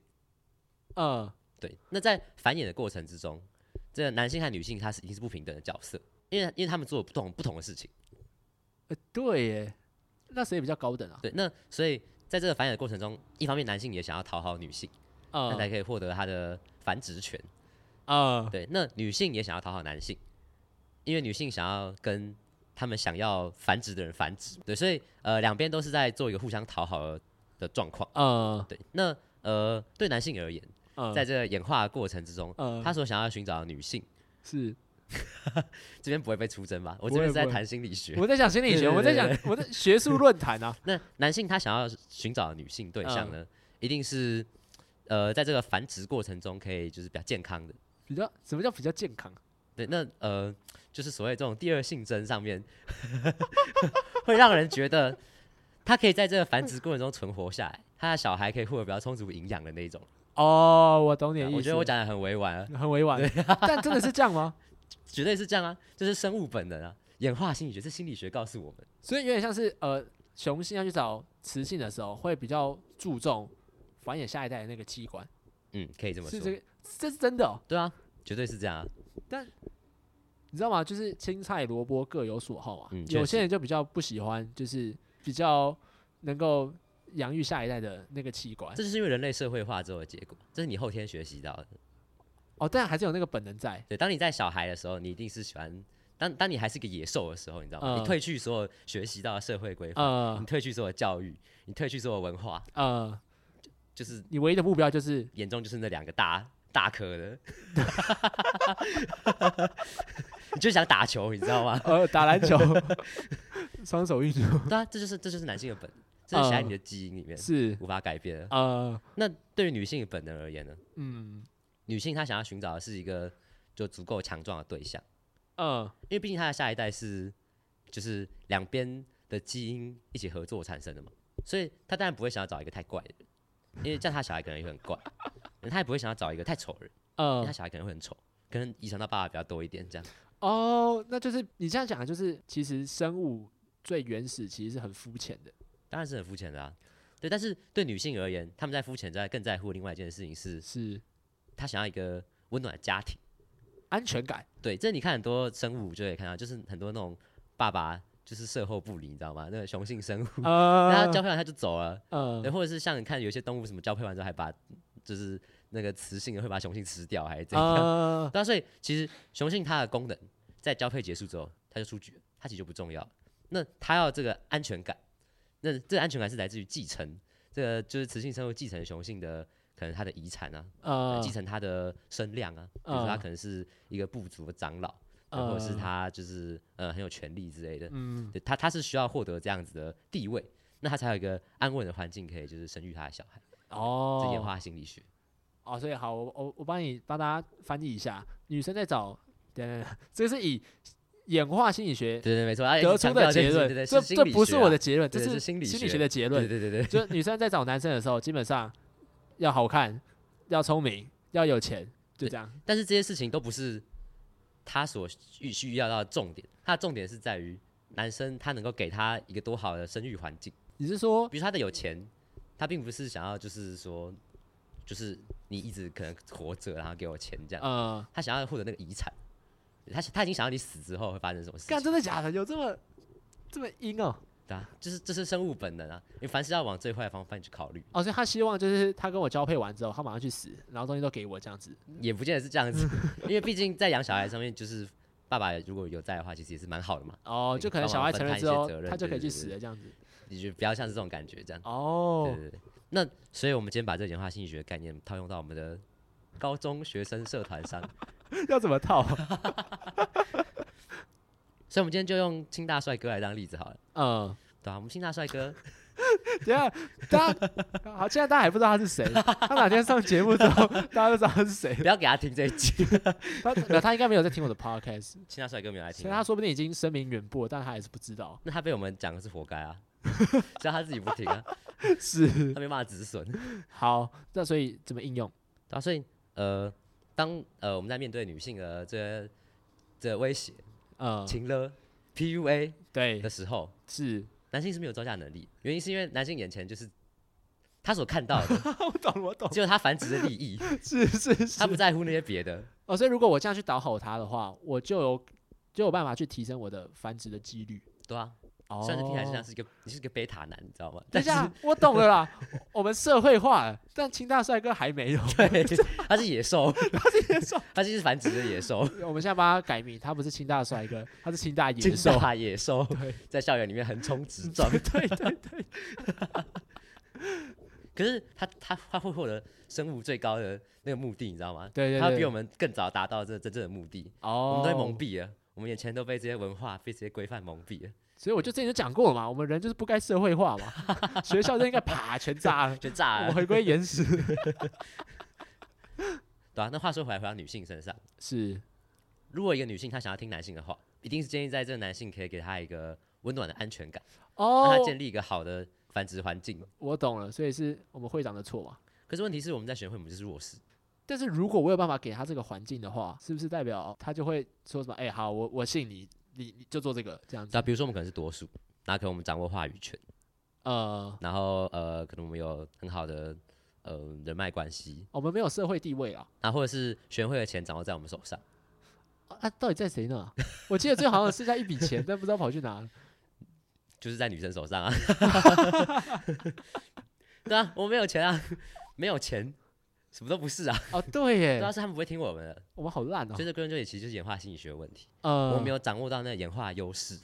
嗯
对。那在繁衍的过程之中，这个男性和女性他是一定是不平等的角色，因为因为他们做了不同不同的事情，
呃对耶，那谁比较高等啊？
对。那所以在这个繁衍的过程中，一方面男性也想要讨好女性，他才
嗯
可以获得他的繁殖权，
嗯，
对。那女性也想要讨好男性，因为女性想要跟他们想要繁殖的人繁殖，对。所以呃，两边都是在做一个互相讨好的的状况，
呃
对。那呃，对男性而言，
呃，
在这个演化的过程之中，
呃，
他所想要寻找的女性，
是
这边不会被出征吧？我
不
这边
会
是在
不会
谈心理学。
我在讲心理
对
学，
对
我在
对
讲我在学术论坛啊。
那男性他想要寻找的女性对象
嗯
呢，一定是呃，在这个繁殖过程中可以就是比较健康的。
比较什么叫比较健康？啊
对，那呃，就是所谓这种第二性征上面， 会让人觉得他可以在这个繁殖过程中存活下来，他的小孩可以获得比较充足营养的那一种。
哦，我懂你
对
的
啊
意思。
我觉得我讲的很委婉啊，
很委婉，但真的是这样 吗？
绝对是这样啊，这是生物本能啊，演化心理学，这心理学告诉我们，
所以有点像是呃，雄性要去找雌性的时候，会比较注重繁衍下一代的那个器官，
嗯，可以这么说
是，这个，这是真的哦、
对啊，绝对是这样啊。
你知道吗？就是青菜萝卜各有所好嘛。
嗯确
有
实
些人就比较不喜欢，就是比较能够养育下一代的那个器官。
这就是因为人类社会化之后的结果，这是你后天学习到的。
哦，但还是有那个本能在。
对，当你在小孩的时候，你一定是喜欢；当当你还是个野兽的时候，你知道吗？
嗯
你褪去所有学习到的社会规范，
呃
你褪去所有教育，你褪去所有文化，
呃，
就是
你唯一的目标就是
眼中就是那两个大大颗的， 你就想打球，你知道吗
？呃打篮球，双手运动。
对啊，这就是这就是男性的本能，这是写在
呃
你的基因里面，
是
无法改变的。
呃
那对于女性本能而言呢？
嗯
女性她想要寻找的是一个就足够强壮的对象，
呃
因为毕竟她的下一代是就是两边的基因一起合作产生的嘛，所以她当然不会想要找一个太怪的人，因为这样她小孩可能也会很怪，她也不会想要找一个太丑的人，因为她
呃
小孩可能会很丑，可能遗传到爸爸比较多一点这样。
哦，那就是你这样讲，的就是其实生物最原始其实是很肤浅的，
当然是很肤浅的啊。对，但是对女性而言，她们在肤浅在更在乎的另外一件事情是，
是
她想要一个温暖的家庭。
安全 感。
对，这你看很多生物就可以看到，就是很多那种爸爸就是售后不理，你知道吗？那个雄性生物， 那
呃
他交配完他就走了，
呃
对，或者是像你看有些动物什么交配完之后还把就是那个雌性的会把雄性吃掉，还是 怎样？
呃
对啊，所以其实雄性它的功能在交配结束之后，它就出局了，它其实就不重要了。那它要这个安全感，那这个安全感是来自于继承，这个就是雌性生物继承雄性的可能它的遗产啊，
呃
继承它的声量啊，比如说它
嗯
可能是一个部族的长老，然后是
嗯
它就是呃很有权力之类的，
嗯
对，它它是需要获得这样子的地位，那它才有一个安稳的环境可以就是生育它的小孩，这演
哦
化心理学。
哦，所以好，我我我帮你帮大家翻译一下，女生在找，等等等，这是以演化心理学
对对，没错，啊
得出的结
对
论，
对，
这
是心
这
理
不
学
是我
啊
的结论，这
对这
是
是心理
心理
学
学的结论
对。对对对，
就是女生在找男生的时候，基本上要好看、要聪明、要有钱，就
对
这样。
但是这些事情都不是他所预需要到的重点，他的重点是在于男生他能够给他一个多好的生育环境，
你是说，
比如他的有钱，他并不是想要就是说，就是你一直可能活着然后给我钱这样，
呃，
他想要获得那个遗产，他他已经想要你死之后会发生什么事
干
情，
真的假的？有这么这么阴哦？
对啊，就是这是生物本能啊，你凡事要往最坏的方向去考虑，
哦，所以他希望就是他跟我交配完之后，他马上去死，然后东西都给我这样子。
也不见得是这样 子，因为毕竟在养小孩上面就是。爸爸如果有在的话，其实也是蛮好的嘛。
哦，就可能
帮忙
小孩
分
成人
摊一
之
些
后
责，任
他就
对
可以
对
去
对
死了这样子。
你就不要像是这种感觉这样。
哦
对，对对。那所以，我们今天把这个演化心理学的概念套用到我们的高中学生社团 上，
要怎么套？
所以我们今天就用清大帅哥来当例子好了。
嗯，
对啊，我们清大帅哥，
等一下大家好，现在大家还不知道他是谁，他哪天上节目之后，大家就知道他是谁。
不要给他听这一集。
他没有他应该没有在听我的 podcast，
清大帅哥没有来
其
听
实
啊，
他说不定已经声名远播，但他还是不知 道。
那他被我们讲的是活该 啊，只要他自己不听啊，
是。
他没办法止损。对
好，那所以怎么应用？
啊，所以呃，当呃我们在面对女性的这些这些威胁、
呃，
情勒、PUA
对
的，时候，
是，
男性是没有招架能力，原因是因为男性眼前就是他所看到 的
我懂，我懂，
只有他繁殖的利益，
是是
他
是。
不在乎那些别的。
哦，所以如果我这样去导吼他的话，我就有就有办法去提升我的繁殖的几率。
对啊，
哦，啊
虽然听起来像是一个你是一个贝塔男，你知道吗？
等
但
一
是
下，我懂了啦， 我们社会化了，但清大帅哥还没有。
对，他是 野兽，
他是野兽，
他就是繁殖的 野兽，
我们现在帮他改名，他不是清大帅哥，他是清大野
金
兽。
大野兽
对，
在校园里面横冲直撞。
对对对，
可是他他他会获得生物最高的那个目的，你知道吗？
对对
他
对
比我们更早达到这真正的目的，我
哦，
们都被蒙。蔽了。我们眼前都被这些文化、被这些规范蒙蔽了，
所以我就之前就讲过了嘛，我们人就是不该社会化 嘛，学校就应该啪全炸了，
就炸
我们
了，
回归原 始。
对啊，那话说回来，回到女性身上，
是，
如果一个女性她想要听男性的话，一定是建议在这个男性可以给她一个温暖的安全感，让
哦
她，建立一个好的繁殖环境。
我懂了，所以是我们会长的错嘛。
可是问题是我们在学会我们就是弱势，
但是如果我有办法给他这个环境的话，是不是代表他就会说什么？哎、好，我我信你，你你就做这个这样
那、
子。
啊、比如说我们可能是多数，那可能我们掌握话语权，
呃，
然后呃，可能我们有很好的呃人脉关系，
我们没有社会地位啊，
那、或者是学会的钱掌握在我们手上，
啊，到底在谁呢？我记得最好像剩下一笔钱，但不知道跑去哪了。
就是在女生 手上啊。对啊，我没有钱啊，没有钱，什么都不是啊。
哦，对
主要
耶，
是他们不会听我们的，
我们好烂哦
所。以这归根究底其实就是演化心理学的问题，
呃，
我们没有掌握到那个演化优势。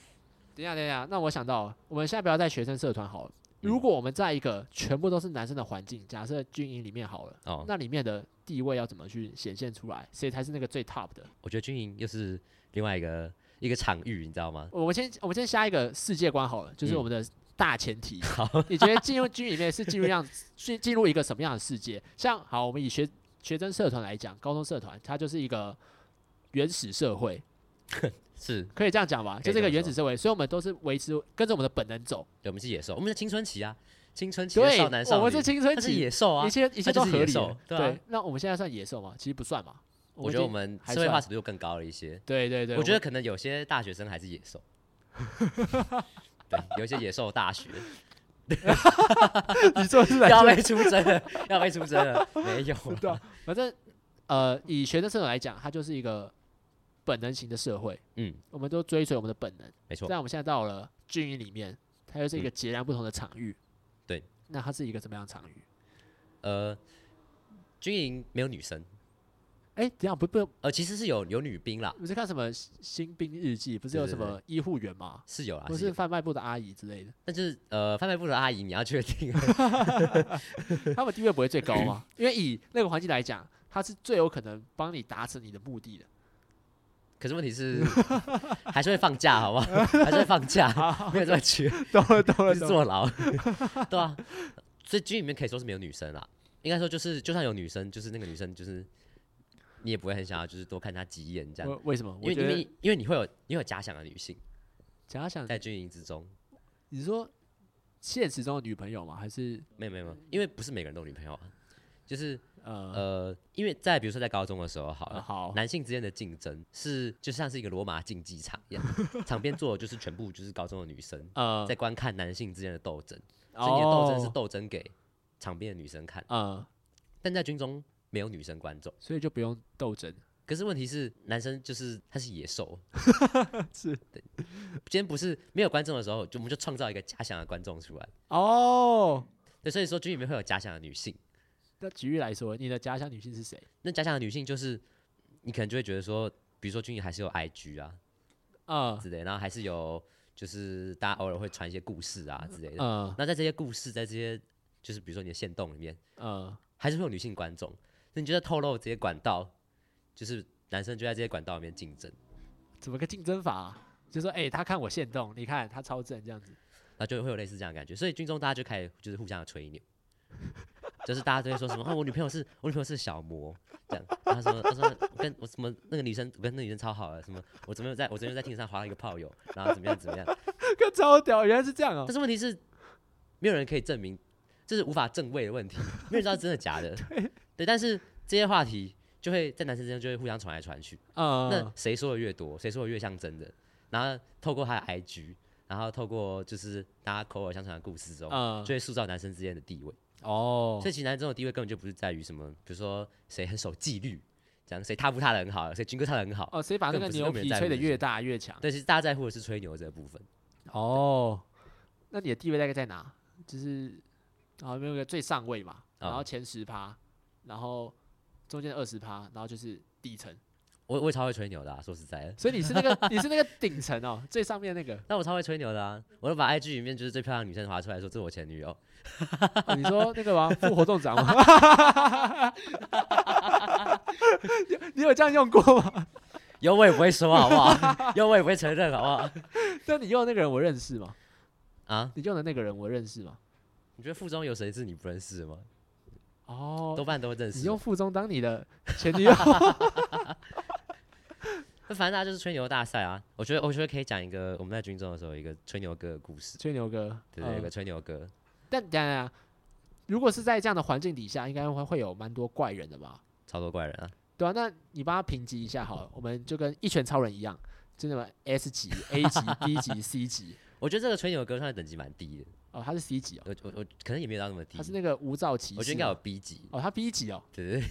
等一下，等一下，那我想到了，我们现在不要在学生社团好了。如
嗯
果我们在一个全部都是男生的环境，假设军营里面好了，
哦，
那里面的地位要怎么去显现出来？谁才是那个最 top 的？
我觉得军营又是另外一个一个场域，你知道吗？
我们先我们先下一个世界观好了，就是
嗯
我们的大前 提。你觉得进入军营里面是进入样进进入一个什么样的世界？像好，我们以学学生社团来讲，高中社团它就是一个原始社会，
是
可以这样讲吧？
可
就是
以
一
这
个
么
原
说
始社会，所以我们都是维持跟着我们的本能走。
对，我们是野兽，我们的青春期啊，青春期的
对，
少男少
我
女，
们是青春
他是
期，
野兽啊
一。切一切
它
都
就是
合
野
理
兽
的。
对啊
对，那我们现在算野兽吗？其实不算嘛。
我觉
已
得我
经
们
还
社会化
算
程度更高了一些。
对对对，
我觉得可能有些大学生还是野 兽，对，有一些野兽大 学
你做出来
要被出征了， 要被出征了，没有 啊
知道，啊反正呃，以学生社团来讲，它就是一个本能型的社会，
嗯，
我们都追随我们的本能。
没错，
但我们现在到了军营里面，它又是一个截然不同的场域。
嗯对，
那它是一个怎么样的场域？
呃，军营没有女生，
哎、等一下不不，
呃，其实是有有女兵啦，
不是看什么新兵日记，不是
对
有
对
什么医护员吗？
是有啦，
不
是
是
有，
贩卖部的阿姨之类的，
但就是呃，贩卖部的阿姨你要确定，
他们地位不会最高吗？ 因为以那个环境来讲，他是最有可能帮你达成你的目的的。
可是问题是 还是会放 假，好不好？还是会放假， 没有这么缺，
懂了，懂
就是坐牢， 对啊，所以军里面可以说是没有女生啦，应该说就是就算有女生，就是那个女生就是你也不会很想要就是多看她几眼这样，
我为什么？
因
我
为
觉
因
得
为因为你会有你会有假想的女性
假想
在军营之中，
你说现实中的女朋友吗？还是
没有没有没有，因为不是每个人都有女朋友啊，就是
呃
呃，因为在比如说在高中的时候好
呃
了。
好
男性之间的竞争是就像是一个罗马竞技场一样， 场边坐的就是全部就是高中的女生
呃
在观看男性之间的斗争，
哦
所以你的斗争是斗争给场边的女生看，
呃，
但在军中没有女生观众。
所以就不用斗争。
可是问题是，男生就是他是野兽，
是
对。今天不是没有观众的时候，就我们就创造一个假想的观众出来。
哦，
对，所以说军里面会有假想的女性，
那举例来说，你的家乡女性是谁？
那假想的女性就是你可能就会觉得说，比如说军营还是有 IG 啊
呃
之类，然后还是有就是大家偶尔会传一些故事啊之类的。
呃
那在这些故事，在这些就是比如说你的线动里面，
呃，
还是会有女性观众，那你就在透露这些管道，就是男生就在这些管道里面竞争，
怎么个竞争法啊？就说哎、他看我现动，你看他超正这样子。
然后就会有类似这样的感觉。所以军中大家就开始就是互相的吹牛，就是大家都会说什么哦，我女朋友是我女朋友是小魔这样，然后什么他说我跟我什么那个女生我跟那个女生超好的，啊什么我昨天在我昨天在听上划了一个炮友，然后怎么样怎么样。
看超屌，原来是这样哦
但、是问题是，没有人可以证明，这是无法证伪的问题，没有人知道真的假的。对但是这些话题就会在男生之间就会互相传来传去。那
呃，
谁说的越多，谁说的越像真的，然后透过他的 IG，然后透过就是大家口耳相传的故事中，
呃
就会塑造男生之间的地位。
哦
所以其实男生中的地位根本就不是在于什么，比如说谁很守纪律，这样谁踏步踏的很好，谁军歌踏的很好。
哦，谁把那
根
个
本不是
牛
根本
皮
在乎
吹得
这
越
些
大越强？
对，其实大家在乎的是吹牛这个部分。
哦，那你的地位大概在哪？就是然后没有一个最上位嘛，然后
啊
前十趴，然后中间二十趴，然后就是底层。
我我也超会吹牛的、啊，说实在的。
所以你是那个 你是那个顶层哦，最上面那个。
那我超会吹牛的啊！我就把 IG 里面就是最漂亮的女生划出来说，这是我前女友。
哦你说那个吗？副活动长吗？你 你有这样用过吗？
有我也不会说好不好？有我也不会承认好不好？
那你用的那个人我认识吗？
啊，
你用的那个人我认识吗？
你觉得附中有谁是你不认识的吗？多
哦，
半都认
你
识
用。附中当你的前 女友
那反正大家就是吹牛大赛啊！我觉得我觉得可以讲一个我们在军中的时候一个吹牛哥的故事，
吹牛哥，
对对，有个
嗯
吹牛哥。
但当然，如果是在这样的环境底下，应该会会有蛮多怪人的吧？
超多怪人啊！
对啊，那你帮他评级一下好了，我们就跟一拳超人一样，就那么 S 级、A 级、B 级、C 级，
我觉得这个吹牛哥算是等级蛮低的，
哦，他是 C 级哦，
我我我可能也没有到那么低
他，是那个无照骑士吗，
我觉得应该有 B 级，
哦，他 B 级哦，
对对对。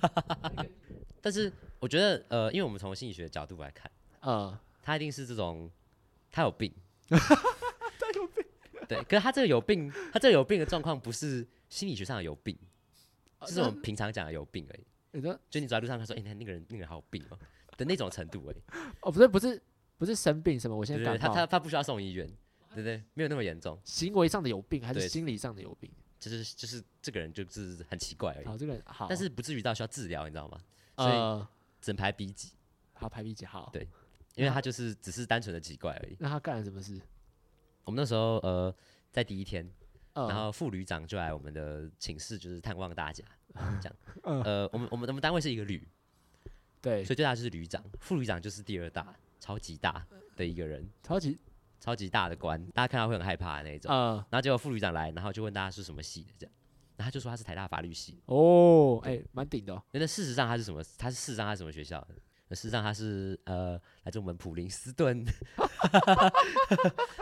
但是我觉得呃，因为我们从心理学的角度来看，
呃，
他一定是这种，他 有病，他有病。对，可是他这个有病，他这个有病的状况不是心理学上的有病，
啊
就是我们平常讲的有病而已。
你说
就你走在路上，他说：“哎、你看那个人，那个人好有病哦、的那种 程度而已。
哦，不对，不是不是生病什么，我
对
现
不
在
对？
感
他
冒
他他不需要送医院，对不对？没有那么严重，
行为上的有病还是
对
心理上的有病？
就是就是这个人就是很奇怪而已，
好，这个人好，
但是不至于到需要治疗，你知道吗？所以
呃，
整排 B 级，
好排 B 级好，嗯
对因为他就是只是单纯的奇怪而已。
那他干了什么事？
我们那时候呃在第一天，
嗯
然后副旅长就来我们的寝室，就是探望大家，这样。
嗯
呃，我们我们我们单位是一个旅，
对，
所以最大就是旅长，副旅长就是第二大，超级大的一个人，
超级
超级大的官，大家看到会很害怕的那种。
啊、
然后结果副旅长来，然后就问大家是什么系的，这样，然后他就说他是台大法律系的。
哦，哎、蛮顶的、哦，
那那事实上他是什么？他是事实上他是什么学校的？那事实上他是呃，来自我们普林斯顿，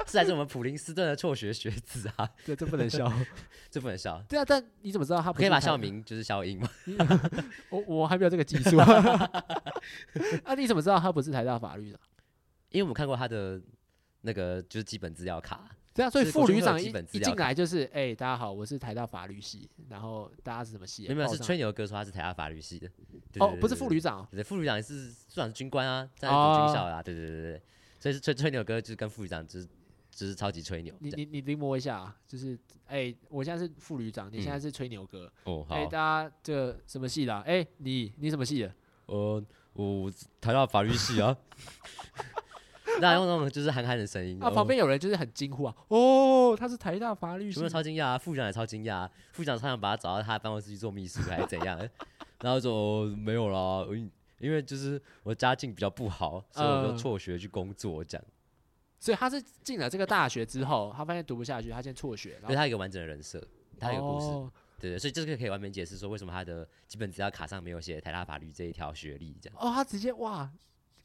是来自我们普林斯顿的辍学学子啊，
对，这不能 笑。
这不能笑。
对啊，但你怎么知道他不
可以
是
把
台
校？名就是消音吗？
我我还没有这个技 术。 啊，你怎么知道他不是台大法律的？
因为我们看过他的那个就是基本资料卡，
对啊，所以
是
副
国中
旅
会有
长
基
一
本资
一
料
进
卡
来就是，哎、大家好，我是台大法律系，然后大家是什么系啊？
没有没有
报
是
上
吹牛哥说他是台大法律系的，对
哦，不是副，
对
旅长哦、
对对对副旅长是副长是军官啊，在读军
哦
校的啊，对对对对对，所以是吹吹牛哥就是跟副旅长就是就是超级吹牛，
你
这样
你你临摹一下啊，就是哎、我现在是副旅长，你现在是吹牛哥，
哦
哎、
嗯好，
大家这个什么系的啊、哎、你你什么系的？
呃我台大法律系 啊，那用那种就是憨憨的声音
啊，旁。
哦
边有人就是很惊呼啊，哦，他是台大法律
全
系
部，超惊讶啊，副长也超惊讶啊，副长超想把他找到他的办公室去做秘书还是怎样， 然后就、哦、没有啦，因因为就是我家境比较不好，所以我就
嗯
辍学去工作这样，
所以他是进了这个大学之后，他发现读不下去，他先辍学，然
所以
后
他有一个完整的人设，他有一个故事，
哦
对对，所以这个可以完美解释说为什么他的基本资料卡上没有写台大法律这一条学历这样，
哦，他直接哇，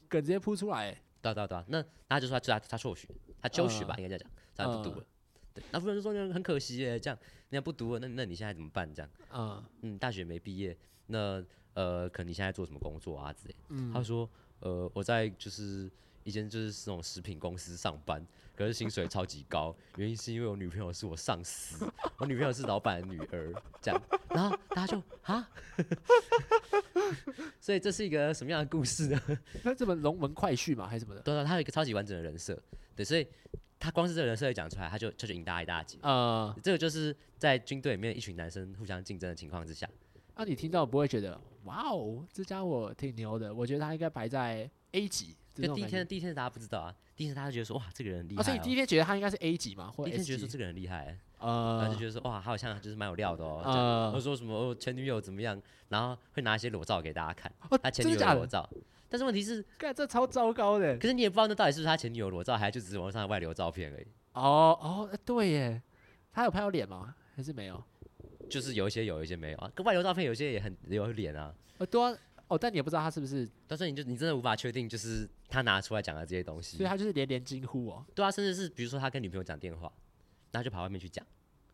梗直接扑出来欸，
对啊对啊对啊，那那他就说他他他辍学，他休学吧、应该这样讲，他不读了。对，那夫人就说很可惜耶，这样你要不读了，那那你现在怎么办？这样，
嗯
嗯，大学没毕业，那呃，可能你现在做什么工作啊之类的他
嗯，
说，呃，我在就是一间就是那种食品公司上班，可是薪水超级高，原因是因为我女朋友是我上司，我女朋友是老板的女儿，这样，然后大家就啊，所以这是一个什么样的故事呢？
那这么龙门快婿嘛，还是什么的？
对啊，他有一个超级完整的人设，对，所以他光是这个人设一讲出来，他就他就赢大家一大截。
呃，
这个就是在军队里面一群男生互相竞争的情况之下，
那、你听到不会觉得哇哦，这家伙挺牛的，我觉得他应该排在 A 级，就
就
这种
第一
感觉
天第一天大家不知道啊，第一天大家觉得说哇这个人很厉
啊，
害、哦，
所以你第一天觉得他应该是 A 级嘛，或
第
者
一天觉
S
得说
级？
这个人很厉害，然后
呃
就觉得说哇，他好像就是蛮有料的哦。这样或者
呃，
说什么哦前女友怎么样，然后会拿一些裸照给大家看，
哦
他前
真
女
的
友
假
的裸
的？
照。但是问题是，
看这超糟糕的
可。是你也不知道那到底是不是他前女友的裸照，还就只是网上的外流照片而已。
哦哦，呃对耶，他有拍到脸吗？还是没有？
就是有一些有，有一些没有啊。跟外流照片有些也很有脸啊。
呃，对啊，哦，但你也不知道他是不是，
但是你就你真的无法确定，就是他拿出来讲的这些东西
所以。他就是连连惊呼哦。
对啊，甚至是比如说他跟女朋友讲电话，然后就跑外面去讲，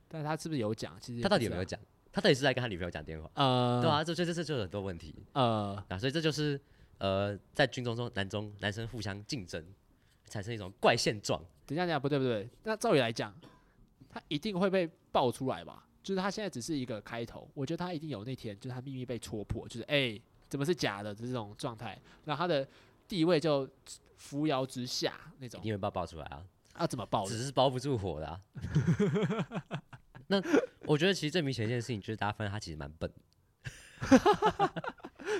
但他是不是有讲？其实也
他到底有
不
没
知
有讲？他到底是在跟他女朋友讲电话？
道？呃，
对，啊，这这这这就有很多问题。
呃，
啊，所以这就是呃，在军中中男中男生互相竞争，产生一种怪现状。
等一下，等一下，不对不对，那照理来讲，他一定会被爆出来吧？就是他现在只是一个开头，我觉得他一定有那天，就是他秘密被戳破，就是哎、怎么是假的这种状态，那他的地位就扶摇直下那种
一，定会爆爆出来啊，
啊，怎么爆的？
只是包不住火的、啊。那我觉得其实最明显一件事情就是大家发现他其实蛮笨，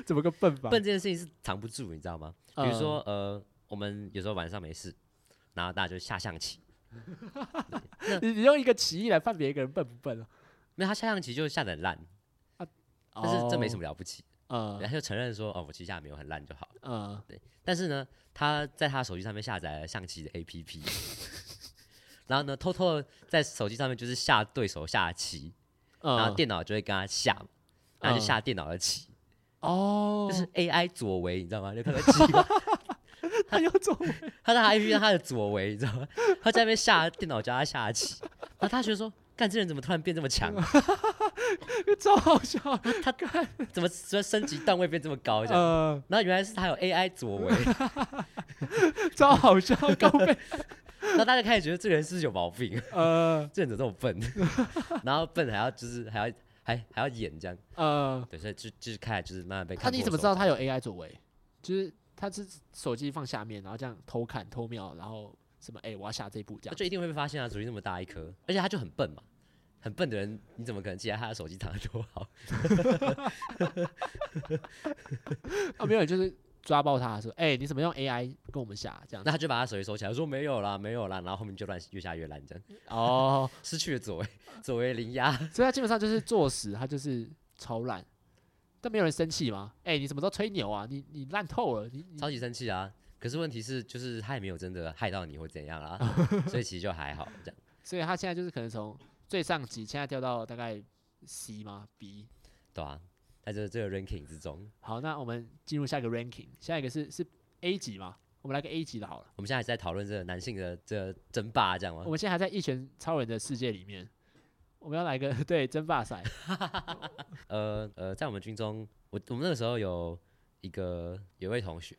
怎么个笨法？
笨这件事情是藏不住，你知道吗？
嗯
比如说呃，我们有时候晚上没事，然后大家就下象棋，
呃，你你用一个歧义来判别一个人笨不笨啊？
那他下象棋就下的烂，但是这没什么了不起，
哦，
他就承认说哦，我其实下得没有很烂就好了。
呃呃，
但是呢，他在他手机上面下载了象棋的 APP，然后呢，偷偷的在手机上面就是下对手下的棋，然后
呃
电脑就会跟他下嘛，然后就
嗯
下电脑的棋，
哦，
就是 AI 左为，你知道吗？你有看到 棋吗？
他有种
他在他 APP 上他的左为，你知道吗？他在那边下电脑教他下的棋，然后他觉得说。干这人怎么突然变这 么强？
超好笑，
他怎么怎么升级段位变这么高？这样，
呃，
然后原来是他有 AI 左为，
超好笑，高 倍，
然后大家开始觉得这个人是不是有毛病。
呃
这人怎么这么笨？ 然后笨还要就是还要还还要演这样，
呃，
对，所以就就是开始就是慢慢被
那
看破手脚。
你怎么知道他有 AI 作为？就是他是手机放下面，然后这样偷看、偷瞄，然后什么？哎、我要下这一步这
他
样。
就一定会被发现啊！手机那么大一颗，而且他就很笨嘛，很笨的人你怎么可能记得他的手机藏得多好？
啊，没有，就是抓爆他说，哎、你怎么用 AI 跟我们下这样
那
子？
他就把他手机收起来，说没有啦，没有啦，然后后面就乱越下越烂，这样
哦，
失去了左为左为零压，
所以他基本上就是作死，他就是超烂。但没有人生气吗？哎、你怎么都吹牛啊？你你烂透了，你你
超级生气啊！可是问题是，就是他也没有真的害到你或怎样啦， 所以其实就还好这样。
所以他现在就是可能从最上级现在掉到大概 C 吗？B。
对啊，在这这个 ranking 之中，
好，那我们进入下一个 ranking，下一个是是 A 级嘛？我们来个 A 级的好了。
我们现在还是在讨论这个男性的这个争霸这样吗
我？们现在还在一拳超人的世界里面，我们要来个 对争霸赛。
呃呃，在我们军中，我我们那个时候有一个有一位同学，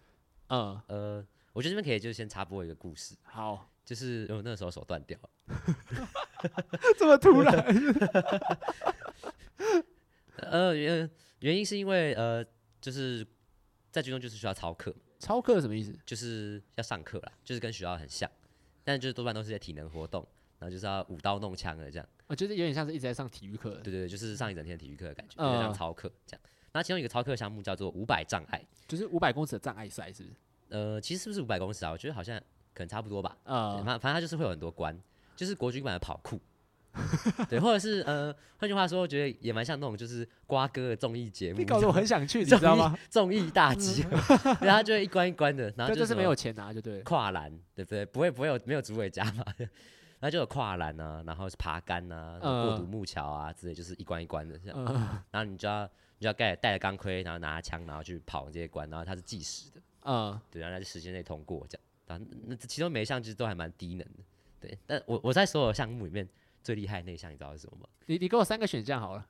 嗯，
呃，我觉得这边可以就是先插播一个故事，
好，
就是我那个时候手断掉了，
这么突然
呃原原因是因为呃就是在军中就是需要操课，
超课什么意思？
就是要上课啦，就是跟学校很像，但就是多半都是些体能活动，然后就是要舞刀弄枪的这样。
我觉得有点哦像是一直在上体育课的，
对对对，就是上一整天体育课的感觉，就是像
嗯
操课这样。那其中一个操课项目叫做五百障碍，
就是五百公尺的障碍赛，是不是？
呃，其实是不是五百公尺啊？我觉得好像可能差不多吧。对
呃
反，正反正它就是会有很多关，就是国军版的跑酷，对，或者是呃，换句话说，我觉得也蛮像那种就是瓜哥的综艺节目，
你搞得我很想去，你
综
知道吗
艺？综艺大集合， 然后它就会一关一关的，然后
但 就是
什么
没有钱拿就对了。
跨栏，对不对？不会不会有没有组委加嘛？ 然后就有跨栏啊，然后是爬杆啊，然后
嗯
过独木桥啊之类，就是一关一关的这样。
嗯
然后你就要你就要盖带着钢盔，然后拿枪，然后去跑这些关，然后它是计时的，
嗯，
对，然后在时间内通过这样。然后那那其中每一项其实都还蛮低能的，对。但我我在所有项目里面最厉害的那一项，你知道是什么吗？
你你给我三个选项好了。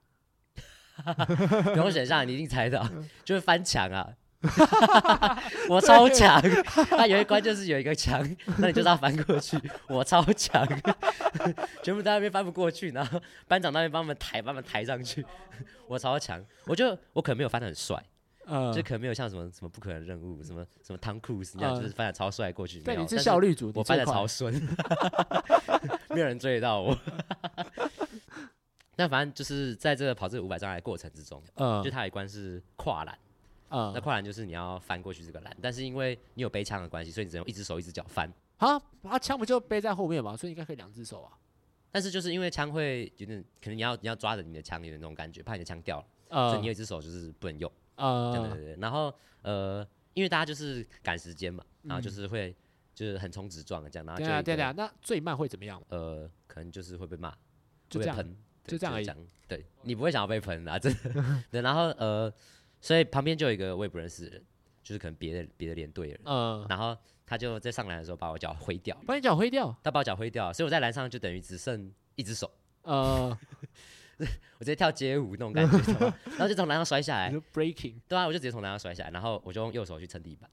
不用选项，你一定猜到，
嗯
就是翻墙啊。 我超强， 他有一关就是有一个墙，那你就是要翻过去。我超强， 全部在那边翻不过去，然后班长那边帮我们抬，帮我们抬上去。 我超强，我就我可能没有翻的很帅，
嗯
就，可能没有像什么什么不可能任务，什么什么汤库斯那
嗯
样，就是翻的超帅过去。
对，
没有
你是
但
效率组，
我
你
翻
最
的
快
超顺， 没有人追得到我。 但反正就是在这个跑这个五百障碍的过程之中，就
嗯
它有一关是跨栏，那
嗯，
跨栏就是你要翻过去这个栏，但是因为你有背枪的关系，所以你只能用一只手一只脚翻。
啊，他枪不就背在后面嘛，所以应该可以两只手啊。
但是就是因为枪会有点，可能你要你要抓着你的枪，有点那种感觉，怕你的枪掉了，所以你
呃
有一只手就是不能用。对对
呃，
对。对然后呃，因为大家就是赶时间嘛，然后就是会、就是横冲直撞的这样，然后
嗯对
就
啊
有一
对
个
啊，那最慢会怎么样？
呃，可能就是会被骂，
就这
会被
样
喷，对
就这样而已
样。对你不会想要被喷啦，真 的。对，然后呃，所以旁边就有一个我也不认识的人，就是可能别的别的连队的人，
嗯，
然后他就在上篮的时候把我脚挥掉，
把你脚挥掉。
他把我脚挥掉，所以我在篮上就等于只剩一只手，
呃，
我直接跳街舞那种感觉，懂吗 然后就从篮上摔下来
你，说 breaking，
对啊，我就直接从篮上摔下来，然后我就用右手去撑地板，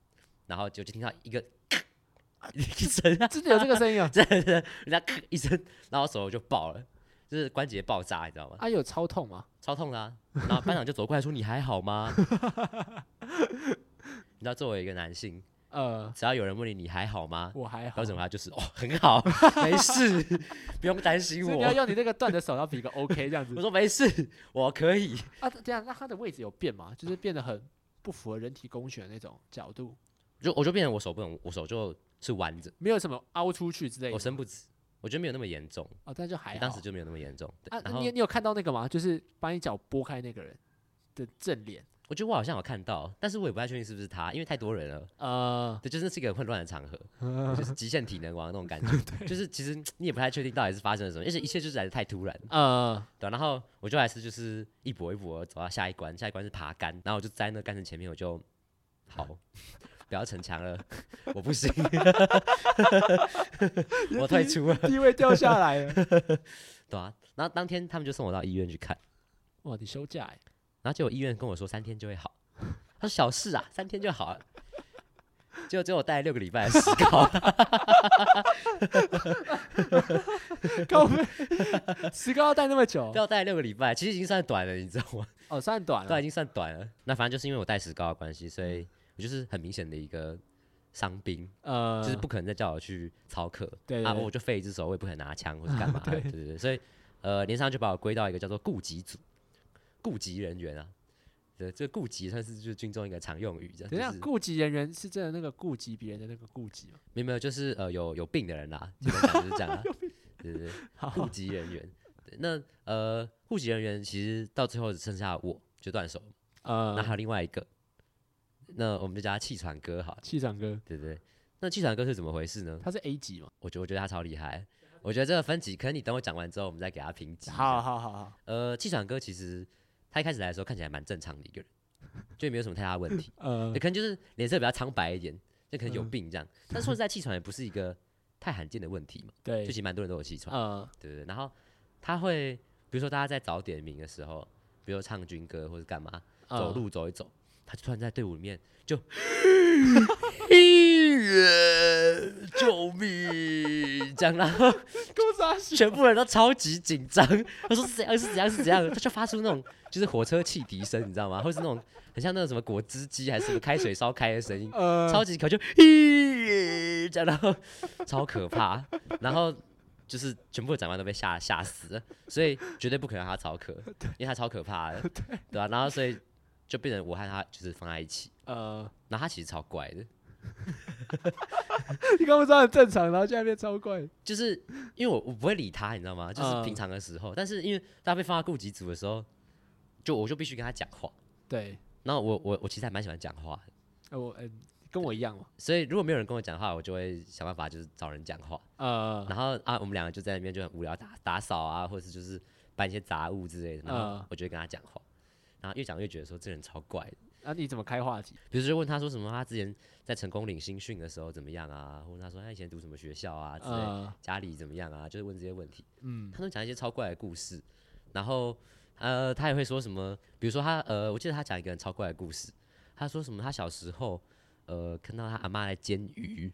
然后就就听到一个 一声啊，
真的有这个声音啊？
真的人家一声，然后手就爆了，就是关节爆炸，你知道吗？
啊，有超痛吗？
超痛的啊、然后班长就走过来说：“你还好吗？” 你知道，作为一个男性，
呃，
只要有人问你“你还好吗
我还”，好
标。准答案就是“哦，很好， 没事，不用担心
所以你要
我
用你那个断的手，然后 比个 OK 这样”。
我
子
说：“没事，我可以。
啊？这样，那它的位置有变吗？就是变得很不符合人体工学的那种角度，
就”我就变成我手不能，我手就是弯着，
没有什么凹出去之类
我
的。
伸不直。我觉得没有那么严重，
哦，但就还好。
当时就没有那么严重。对
啊，
然后
你你有看到那个吗？就是把你脚拨开那个人的正脸。
我觉得我好像有看到，但是我也不太确定是不是他，因为太多人了。
呃，
对，就是那是一个很混乱的场合，就是极限体能王那种 感觉。就是其实你也不太确定到底是发生了什么，而且一切就是来的太突然。
呃，
对啊，然后我就还是就是一跛一跛地走到下一关，下一关是爬杆，然后我就在那杆子前面，我就好， 不要逞强了， 我不行，我退出了，
地位掉下来了。
对啊，然后当天他们就送我到医院去看，
哇，你休假哎、
然后结果医院跟我说三天就会好， 他说小事啊，三天就好了。结果只有我带了六个礼拜的石膏，
高飞， 石膏要戴那么久
只，有带了六个礼拜，其实已经算短了，你知道吗？
哦，算短
对啊，
了
已。经算短了。那反正就是因为我带石膏的关系，所以我就是很明显的一个伤兵。
呃，
就是不可能再叫我去操课，
对对
啊，
对
我就废一只手，我也不可能拿枪或者 干嘛的，对对对，所以呃，连上就把我归到一个叫做顾及组，顾及人员啊，对，这个顾及算是就是军中一个常用语，这
等一下
样，就是
顾及人员是真的那个顾及别人的那个顾及 吗？
没有没有，就是呃有有病的人啦，基本上就是这样 啦，对对对，
好
户，籍人员。对，那呃户籍人员其实到最后只剩下我就断手， 那
呃，
还有另外一个，那我们就叫他气喘哥好了，
气场哥，
对对对。那气喘哥是怎么回事呢？
他是 A 级 嘛？
我觉得我觉得他超厉害，我觉得这个分级，可能你等我讲完之后，我们再给他评级。
好，好好好，
呃，气喘哥其实他一开始来的时候看起来蛮正常的一个人，就也没有什么太大问题，
呃
也，可能就是脸色比较苍白一点，就可能有
嗯
病这样。但说实在，气喘也不是一个太罕见的问题嘛，就
对
其，实蛮多人都有气喘。
呃，
对对对，然后他会，比如说大家在早点名的时候，比如说唱军歌或者干嘛，
呃
走，路走一走，他就突然在队伍里面 就 救命！这样，然后
跟啥小？
全部人都超级紧张。 他说是怎样是怎样是怎样，他就发出那种就是火车汽笛声，你知道吗？或是那种很像那种什么果汁机还是什么开水烧开的声音，
呃，
超级可就这样，然后超可怕，然后就是全部的长官都被吓吓死了，所以绝对不可能让他超可，因为他超可怕的，对吧、然后所以就变成我和他就是放在一起，
呃，
然后他其实超怪的，
你刚刚说很正常，然后现在变超怪，
就是因为我我不会理他，你知道吗？就是
嗯
平常的时候，但是因为大家被放到顾及组的时候，就我就必须跟他讲话，
对，
然后我我我其实还蛮喜欢讲话的，
呃我嗯，跟我一样嘛，
所以如果没有人跟我讲话，我就会想办法就是找人讲话。
呃，
然后啊，我们两个就在那边就很无聊打打扫啊，或者是就是搬一些杂物之类的。然后
嗯
我就会跟他讲话，然后越讲越觉得说这人超怪的。
那你怎么开话题？
比如说问他说什么，他之前在成功领新训的时候怎么样啊？或者他说他以前读什么学校啊之类的，
呃，
家里怎么样啊？就是问这些问题。
嗯，
他都讲一些超怪的故事，然后呃，他也会说什么，比如说他呃，我记得他讲一个很超怪的故事，他说什么他小时候呃看到他阿妈在煎鱼，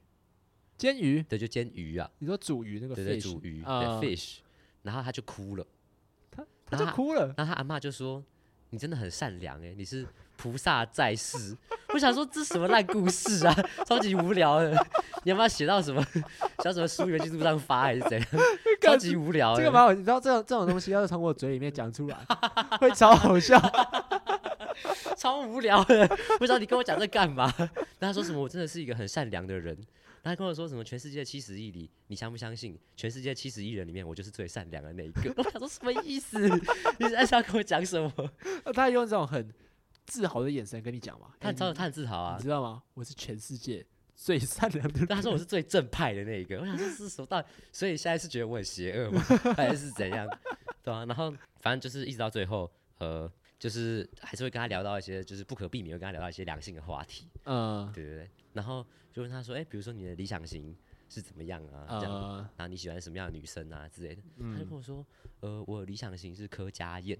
煎鱼，
对，就煎鱼啊，
你说煮鱼那个
对对，
fish，
煮鱼，对
呃
fish，然后他就哭了。
他就哭了，
然后他阿嬷就说：“你真的很善良哎、你是菩萨在世。” 我想说这什么烂故事啊，超级无聊的。 你要不要写到什么 像什么书原去路上发还是怎样？超级无聊的。
这个蛮好，你知道这种这种东西要是从我嘴里面讲出来，会超好笑。
超无聊的，不知道你跟我讲这干嘛。 然后他说什么？我真的是一个很善良的人。然后他跟我说什么？全世界七十亿里，你相不相信？全世界七十亿人里面，我就是最善良的那一个。 我想说什么意思？ 你是要跟我讲什么？
他用这种很自豪的眼神跟你讲嘛，哎
他很超他很自豪啊
你，知道吗？我是全世界最善良 的人。
但他说我是最正派的那一个，我想说是什么道理？所以现在是觉得我很邪恶吗？ 还是怎样？对啊，然后反正就是一直到最后，呃，就是还是会跟他聊到一些，就是不可避免会跟他聊到一些良性的话题，
呃
对对对。然后就问他说，哎、比如说你的理想型是怎么样啊？这样，
呃，嗯
然后你喜欢什么样的女生啊之类的？他就跟我说，呃，我的理想型是柯佳燕，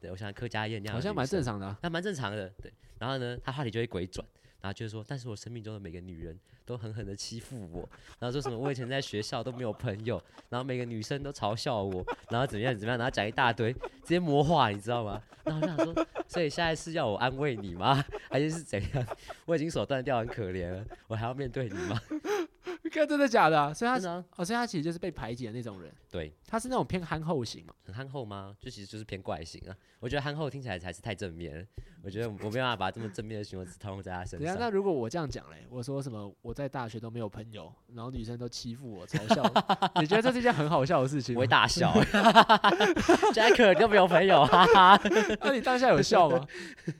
对我想柯佳燕那样，
好像蛮正。常的啊。
那蛮正常的，对。然后呢，他话题就会鬼转，然后就是说，但是我生命中的每个女人都狠狠的欺负我，然后说什么我以前在学校都没有朋友，然后每个女生都嘲笑我，然后怎么样怎么样，然后讲一大堆，直接魔化，你知道吗？然后我就想说，所以现在是要我安慰你吗？ 还是是怎样？我已经手断掉，很可怜了，我还要面对你吗？
看真的假的啊？所以他
真的啊、
哦，所以他其实就是被排挤的那种人，
对，
他是那种偏憨厚型嘛。
很憨厚吗？就其实就是偏怪型啊。我觉得憨厚听起来才是太正面了，我觉得我没办法把这么正面的形容词套用在他身
等一下，
上。
那如果我这样讲嘞，我说什么我在大学都没有朋友，然后女生都欺负我、嘲笑 我，你觉得这是一件很好笑的事情
我
吗
会？大笑、 欸、，Jack 你都没有朋友，啊 哈哈，
那你当下 有笑吗？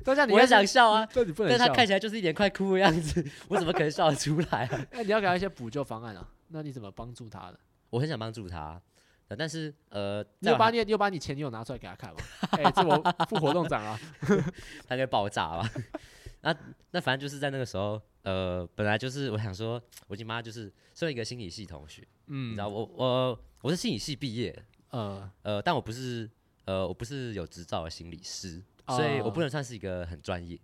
当下你
我也
应该
想
是
笑啊，，
但你不能
但
笑。
他看起来就是一脸快哭的样子， 我怎么可能笑得出来、啊？
哎那你要给他一些补救方案啊。那你怎么帮助他的？
我很想帮助他，呃但是呃，
你有
再
把
晚
你你有把你前女友拿出来给他看 吗？哎、这我副活动长啊，
他他就会爆炸吧。 那那反正就是在那个时候，呃，本来就是我想说，我亲妈就是身为一个心理系同学，你
嗯
知，道我我我是心理系毕业的，
呃，
呃，但我不是呃，我不是有执照的心理师，所以我
哦
不能算是一个很专业，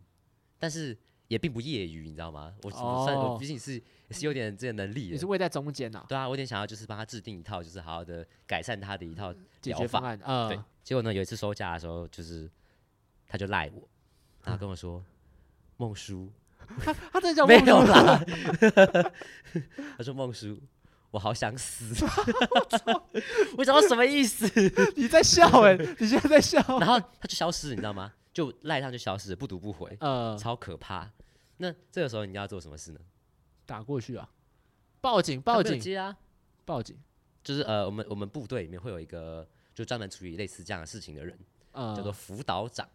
但是也并不业余，你知道吗？我我算、
哦
我毕竟是也是有点这个能力
你是
的。
位在中间呐、啊，
对啊，我有点想要就是帮他制定一套，就是好好的改善他的一套。
解
疗
决方
法
案，呃，
对，结果呢，有一次收假的时候，就是他就赖我，然后跟我说：“孟叔，
他真的叫啊
没
梦
有
露
啦。他说：“孟叔，我好想死。” 我想到什么意思？
你在笑哎、你现在在笑，
然后他就消失，你知道吗？就赖上就消失了，不读不回，
呃，
超可怕。那这个时候你要做什么事呢？
打过去啊，报警，
他
报
没有
警，
接啊！
报警，
就是呃，我们我们部队里面会有一个就专门处理类似这样的事情的人，
呃，
叫做辅导长。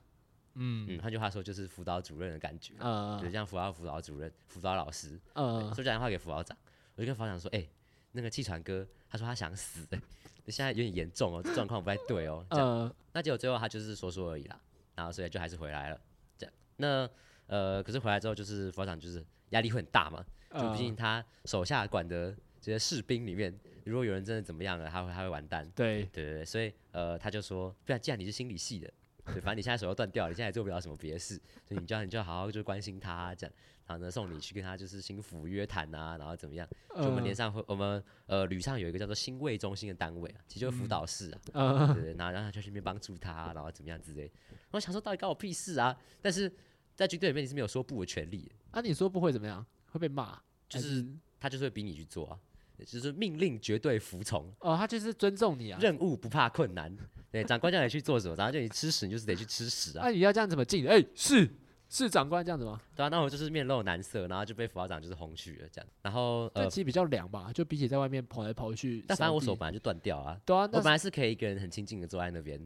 嗯
嗯，换句话说就是辅导主任的感觉，
呃
嗯对，像辅导辅导主任、辅导老师，对
呃
所以打电话给辅导长，我就跟辅导长说：“哎、那个气喘哥，他说他想死、 欸，现在有点严重哦，这状况不太对哦。”这样，
呃，
那结果最后他就是说说而已啦，然后所以就还是回来了。这样，那呃，可是回来之后就是辅导长就是压力会很大嘛，就
呃
毕竟他手下管的这些士兵里面，如果有人真的怎么样了，他会他会完蛋。
对，
对对对，所以呃，他就说，不然既然你是心理系的， 对，反正你现在手又断掉了，你现在也做不了什么别的事，所以你就要你就好好就关心他、这样，然后呢送你去跟他就是心腹约谈啊，然后怎么样？
嗯
就我们连上会我们呃旅上有一个叫做心卫中心的单位啊，其实就是辅导室啊，
呃，
对对，然后然后他就去那边帮助他，啊然后怎么样之类的。我想说到底关我屁事啊？但是在军队里面你是没有说不的权利的，
啊，你说不会怎么样？会被骂？还
就是他就是会逼你去做啊，就是命令绝对服从。
哦，他就是尊重你啊。
任务不怕困难。对，长官叫你去做什么，长官叫你吃屎，你就是得去吃屎啊
那、。你要这样怎么进？哎、是是长官这样子吗？
对啊，那我就是面露难色，然后就被辅导长就是轰去了这样。然后
这
呃，
其实比较凉吧，就比起在外面跑来跑去。
但反正我手
扫地
本来就断掉啊，
对啊，
我
那
本来是可以一个人很清静的坐在那边，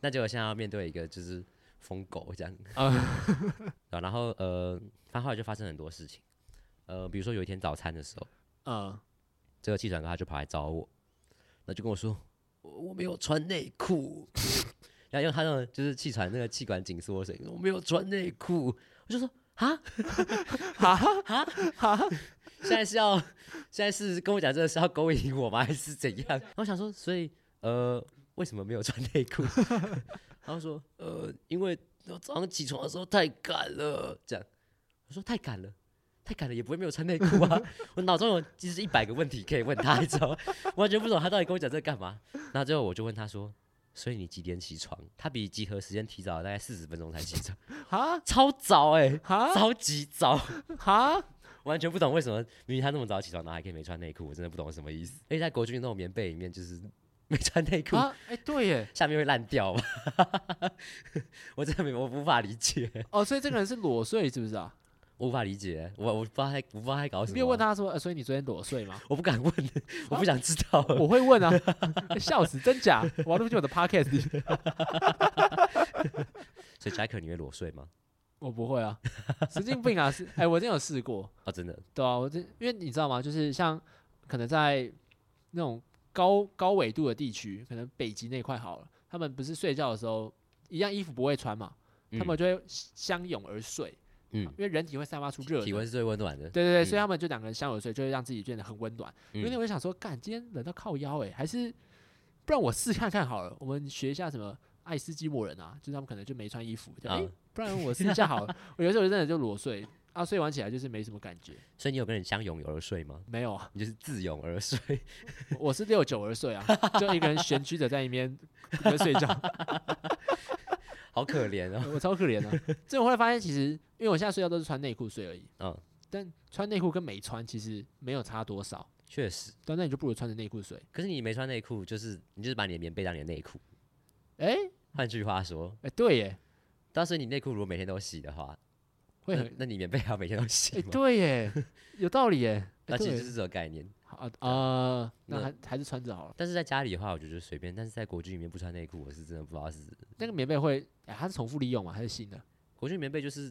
那结果现在要面对一个就是疯狗这样。
啊
对啊然后呃，反正后来就发生很多事情。呃，比如说有一天早餐的时候，
嗯
这个气喘哥他就跑来找我，那就跟我说我我没有穿内裤， 然后用他那种就是气喘那个气管紧缩的声音，我没有穿内裤，我就说啊 哈 哈哈，现在是要现在是跟我讲这个是要勾引我吗，还是怎 样？然后我想说，所以呃为什么没有穿内裤？ 然后说呃因为我早上起床的时候太赶了，这样我说太赶了。太赶了，也不会没有穿内裤啊！我脑中有其实一百个问题可以问他，你知道吗？完全不懂他到底跟我讲这个干嘛。然后最后我就问他说：“所以你几点起床？”他比集合时间提早了大概四十分钟才起床，
哈
超早哎、
哈
超级早，
哈，
完全不懂为什么明明他那么早起床，然后还可以没穿内裤，我真的不懂什么意思。而且在国军那种棉被里面，就是没穿内裤，
啊，哎、对耶，
下面会烂掉吧？ 我真的没我无法理解，
哦，所以这个人是裸睡是不是啊？
我无法理解，我我不知道他在我不知道他在搞什
你
么。啊
没有问，他说、呃，所以你昨天裸睡吗？
我不敢问，我不想知道。
我会问啊， 笑死，真假？我要录进我的 podcast 里。
所以 Jack，你会裸睡吗？
我不会啊，神经病啊！是哎、我真有试过，
哦，真的，
对啊，我这因为你知道吗？就是像可能在那种高高纬度的地区，可能北极那块好了，他们不是睡觉的时候一样衣服不会穿嘛，
嗯
他们就会相拥而睡，
嗯
因为人体会散发出热
体
能。
温是最温暖的。
对对对，
嗯
所以他们就两个人相拥而睡，就会让自己变得很温暖。
嗯
有点我想说，干，今天冷到靠腰哎、还是不然我试看看好了。我们学一下什么爱斯基摩人啊，就是他们可能就没穿衣服，就哎、
嗯
不然我试一下好了。我有时候真的就裸睡啊，睡完起来就是没什么感觉，
所以你有跟人相拥而睡吗？
没有啊。
你就是自拥而睡，
我是六九而睡啊，就一个人悬居着在一边在睡觉，
好可怜 哦。
我超可怜的、啊。这我后来发现，其实因为我现在睡觉都是穿内裤睡而已，
嗯，
但穿内裤跟没穿其实没有差多少，
确实。
但那你就不如穿着内裤睡。
可是你没穿内裤，就是你就是把你的棉被当你的内裤。
哎、
换句话说，
哎、对耶，
当时你内裤如果每天都洗的话，
会
那
很
那你棉被还要每天都洗
哎、
吗？
对 耶，有道理耶。哎
那其
对
实就是这个概念。
好啊啊，那
那
还还是穿着好了。
但是在家里的话，我觉得就随便；但是在国军里面不穿内裤，我是真的不知道是
那个棉被会，哎、它是重复利用嘛，还是新的？
国军棉被就是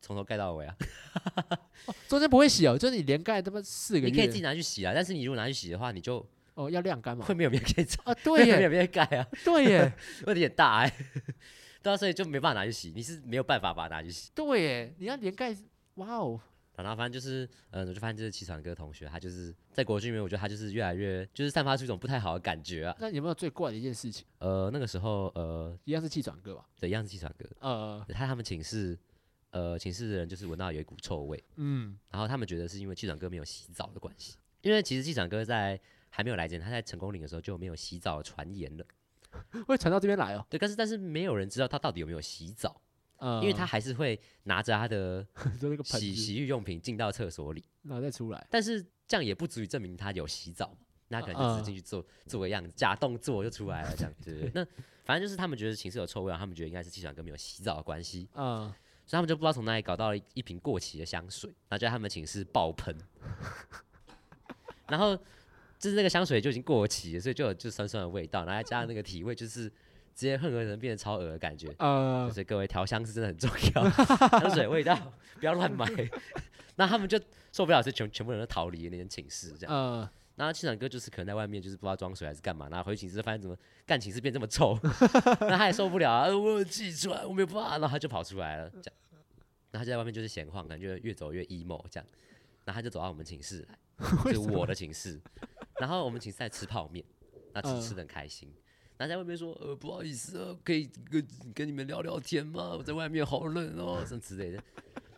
从头盖到尾啊。
中间不会洗哦，就是你连盖他妈四个
你可以自己
月
拿去洗啊，但是你如果拿去洗的话，你就
哦，要晾干嘛
会？没有棉被 罩，
啊，
会
对
没有
耶，
棉被盖啊，
对耶，
问题很大哎、对啊，所以就没办法拿去洗，你是没有办法把它拿去洗。
对耶，你要连盖，哇哦，
然后反正就是，嗯，我就发现这是气喘哥同学，他就是在国军里面，我觉得他就是越来越就是散发出一种不太好的感觉啊。
那有没有最怪的一件事情？
呃，那个时候，呃，
一样是气喘哥吧？
怎样是气喘哥？
呃，
他他们寝室，呃，寝室的人就是闻到有一股臭味，
嗯，
然后他们觉得是因为气喘哥没有洗澡的关系，因为其实气喘哥在还没有来之前，他在成功岭的时候就没有洗澡的传言了。
会传到这边来哦。
对，但是但是没有人知道他到底有没有洗澡，
呃，
因为他还是会拿着他的
就那个盆
洗
子，
洗浴用品进到厕所里。
然后再出来。
但是这样也不足以证明他有洗澡嘛。那可能就只
嗯
是进去做、做个样子，假动作就出来了这样。对 对对，那反正就是他们觉得寝室有臭味啊，他们觉得应该是气喘跟没有洗澡的关系，
嗯，
所以他们就不知道从哪里搞到了一一瓶过期的香水，然后就在他们寝室爆喷， 然后就是那个香水就已经过期了，所以就有就酸酸的味道，然后再加上那个体味，就是直接混合成变成超恶的感觉。
呃，
所以各位调香是真的很重要， 香水味道不要乱买。那他们就受不了，就全全部人都逃离那间寝室这样。啊
呃，
然后气场哥就是可能在外面就是不知道装水还是干嘛，然后回寝室就发现怎么干寝室变这么臭，那他也受不了啊，呃我有气喘，我没有办法，然后他就跑出来了，这样，然后他就在外面就是闲晃，感觉越走越 emo 这样，然后他就走到我们寝室来，就是我的寝室，然后我们寝室在吃泡面，那
嗯
吃吃的很开心。然后在外面说，呃，不好意思啊，可以跟跟你们聊聊天吗？我在外面好冷哦，什么之类的。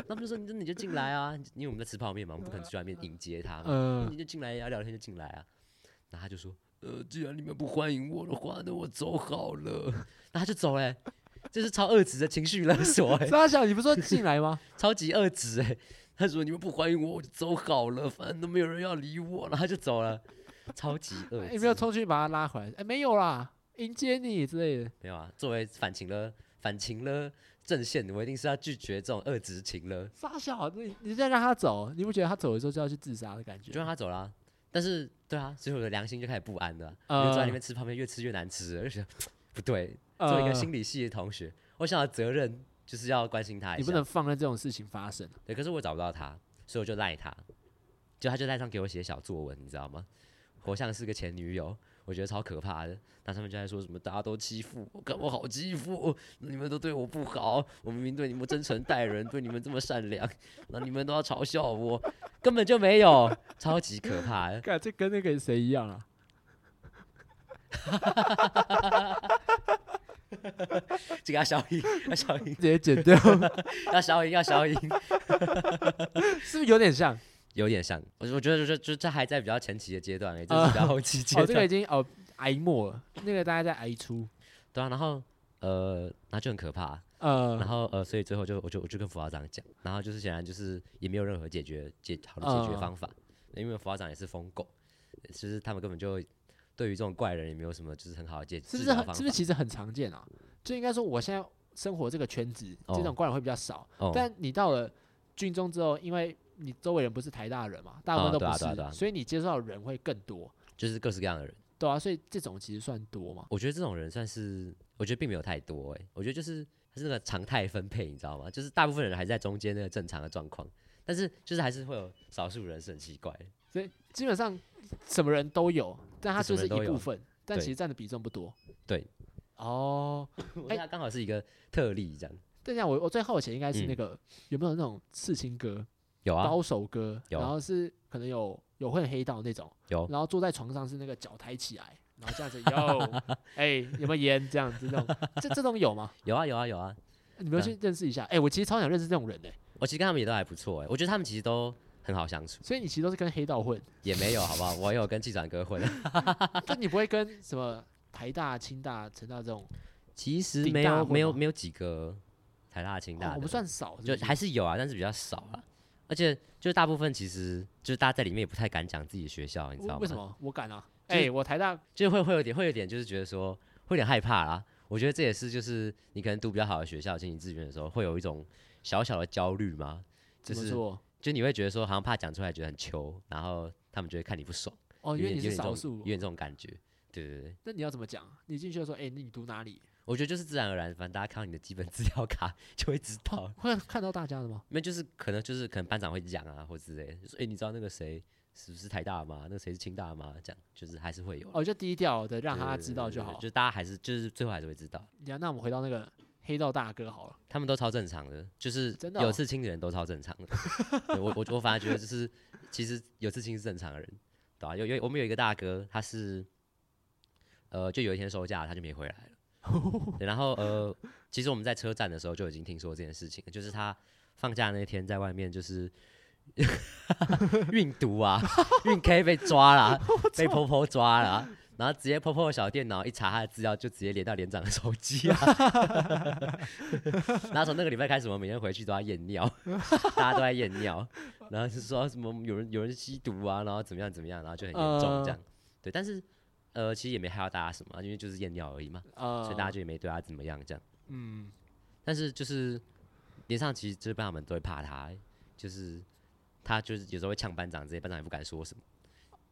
那我们就说，那你就进来啊，因为我们在吃泡面嘛，我们不可能去外面迎接他嘛。
呃，
你就进来呀、聊天就进来啊。嗯然后他就说，呃，既然你们不欢迎我的话，那我走好了。 然后他就走嘞、这是超恶质的情绪勒索、 欸，
沙小，你不是说进来吗？
超级恶质哎、他说你们不欢迎我，我就走好了，反正都没有人要理我，然后他就走了，超级恶质。
有没有哎冲去把他拉回来？哎，没有啦，迎接你之类的。
没有啊，作为反情勒、反情勒阵线，我一定是要拒绝这种恶质情勒，
沙小，你你再让他走，你不觉得他走的时候就要去自杀的感觉？
就让他走啦、但是，对啊，所以我的良心就开始不安了啊，
呃
我就坐在那边吃泡面，越吃越难吃了，就觉得不对，作为一个
呃
心理系的同学，我想要责任就是要关心他一
呃你不
下
能。放任这种事情发生。
对，可是我找不到他，所以我就赖他，就他就赖上给我写小作文，你知道吗？活像是个前女友，我觉得超可怕的。那他们就在说什么大家都欺负我，看我好欺负，你们都对我不好，我明明对你们真诚待人，对你们这么善良，那你们都要嘲笑我，根本就没有，超级可怕的。
看，这跟那个谁一样啊？
这个要消音，要消音
直，接剪 掉，
要消音，要消音。
是不是有点 像？
有点像，我我觉得就是就是这还在比较前期的阶段哎、欸，这是比较后期阶段。
哦，这个已经哦挨末了，那个大家在挨出。
对啊，然后呃，那就很可怕。
呃
然，后呃，所以最后就我就我就跟辅导长讲，然后就是显然就是也没有任何解决解好的解决
嗯
方法，因为辅导长也是疯狗，就是他们根本就对于这种怪人也没有什么就是很好的解
是
治
不是
疗
很
方
是不是
法。
其实很常见啊？就应该说，我现在生活这个圈子，这
哦
种怪人会比较少。
哦
但你到了军中之后，因为你周围人不是台大人嘛，大部
啊
分都
对啊
不
对啊对啊
是，所以你接触到的人会更多，
就是各式各样的人，
对啊，所以这种其实算多嘛。
我觉得这种人算是我觉得并没有太多哎、我觉得就是他是那个常态分配，你知道吗？就是大部分人还是在中间那个正常的状况，但是就是还是会有少数人是很奇怪的。
所以基本上什么人都有，但他
什么
就是
人
一
都有
部分，但
对
其实占的比重不多。
对，
哦，
我觉得他刚好是一个特例这样。
等一下，我我最好奇应该是
嗯
那个有没有那种刺青哥、
有啊，
高手哥，
有
然后是可能有有混黑道那种，
有
然后坐在床上是那个脚抬起来，然后这样子哟， 哎、有没有烟这样子那种，这这种有吗？
有啊，有啊，有啊。
你们
嗯
去认识一下。哎、我其实超想认识这种人的、欸
我其实跟他们也都还不错哎、我觉得他们其实都很好相处，
所以你其实都是跟黑道 混，
也没有好不好？我也有跟气喘哥混，
但你不会跟什么台大、清大、成大这种，
其实
顶
没
大
有
混
没有
吗
没有几个台大清大
哦
的，
我们算少是不，
就是还是有啊，但是比较少啊。而且就是大部分其实就是大家在里面也不太敢讲自己的学校，你知
为
道吗？
为什？么我敢啊？
就
哎、
是
我台大
就是会会有点会有点就是觉得说会有点害怕啦。我觉得这也是就是你可能读比较好的学校进行志愿的时候，会有一种小小的焦虑嘛，就
怎么
是
做？
就你会觉得说好像怕讲出来觉得很糗，然后他们就会看你不爽，
哦，因
有
为
点
你
有
是
点这
少
种
数
有，点这种感觉。对对对，
那你要怎么讲？你进去的时候，哎、你读哪里？
我觉得就是自然而然，反正大家看到你的基本资料卡 就会知道，
会看到大家的吗？
那就是可能就是可能班长会讲啊，或之类的，就说哎、诶你知道那个谁是不是台大吗？那个谁是清大吗？这样就是还是会有，
哦，就低调的让
对
他
对
知
对
道
对
就
对
好。
就大家还是就是最后还是会知道。
呀，那我们回到那个黑道大哥好了。
他们都超正常的，就是
真的哦
有刺青的人都超正常的。 对我我我反而觉得就是，其实有刺青是正常的人，对吧、有有我们有一个大哥，他是，呃，就有一天休假，他就没回来了。 对然后呃，其实我们在车站的时候就已经听说这件事情了，就是他放假那天在外面就是运毒啊， 运 K 被抓了，被婆婆抓了啊。然后直接婆婆的小电脑一查他的资料，就直接连到连长的手机啊。 然后从那个礼拜开始，我们每天回去都要验尿， 大家都在验尿，然后就说什么有人有人吸毒啊，然后怎么样怎么样，然后就很严重这样。对，但是呃，其实也没害到大家什么，因为就是验尿而已嘛，
呃，
所以大家就也没对他怎么样这样。
嗯，
但是就是连上其实就是班长们都会怕他，就是他就是有时候会呛班长，这些班长也不敢说什么。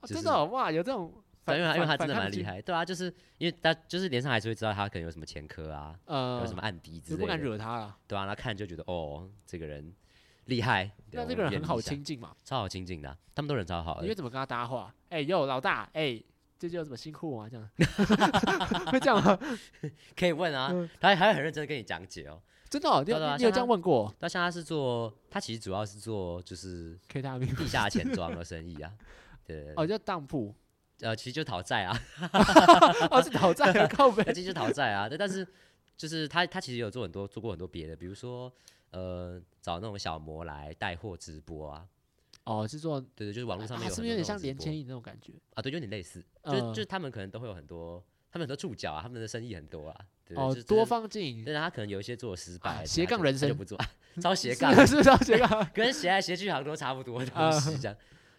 哦
就
真
是
的哦哇，有这种
对，
反，
因为他因为他
反
真的蛮，
反
厉
抗
害，对啊，就是因为他就是连上还是会知道他可能有什么前科啊，
精呃，
有什么案底之
就
类
不敢
的，
惹他了。
对啊，然后看就觉得哦，这个人厉害，对
那
我
这个人
眼
很
里
好
想
亲近嘛，
超好亲近的啊、他们都人超好
因为
的，
怎么跟他搭话？哎哟，老大，哎，最近有什么辛苦吗？这 样会这样吗？
可以问啊
嗯，
他还会很认真地跟你讲解哦。
真的哦，你有
对啊
你有
像
这样
他
问过
那像他是做，他其实主要是做就是
K 他命
地下钱庄的生意啊，对对对
哦，叫当铺
呃，其实就讨债啊，
哦，是讨债的靠背
那其实就讨债啊，但但是就是他他其实有做很多做过很多别的，比如说呃找那种小模来带货直播啊，
哦，是做
对对，就是网络上
啊
面有
是不
很多
是有
那
点
种
像
直
连
播
千亿那种感觉？
啊，对，有点类似，就是
嗯
就是他们可能都会有很多，他们很多触角啊，他们的生意很多啊，对
哦
就，是
多，方经营
但是他可能有一些做得失败，
斜
他就
杠人
他就
生
不做， 超斜杠，
是是是斜 杠
跟斜来斜去好像都差不多的东西这样，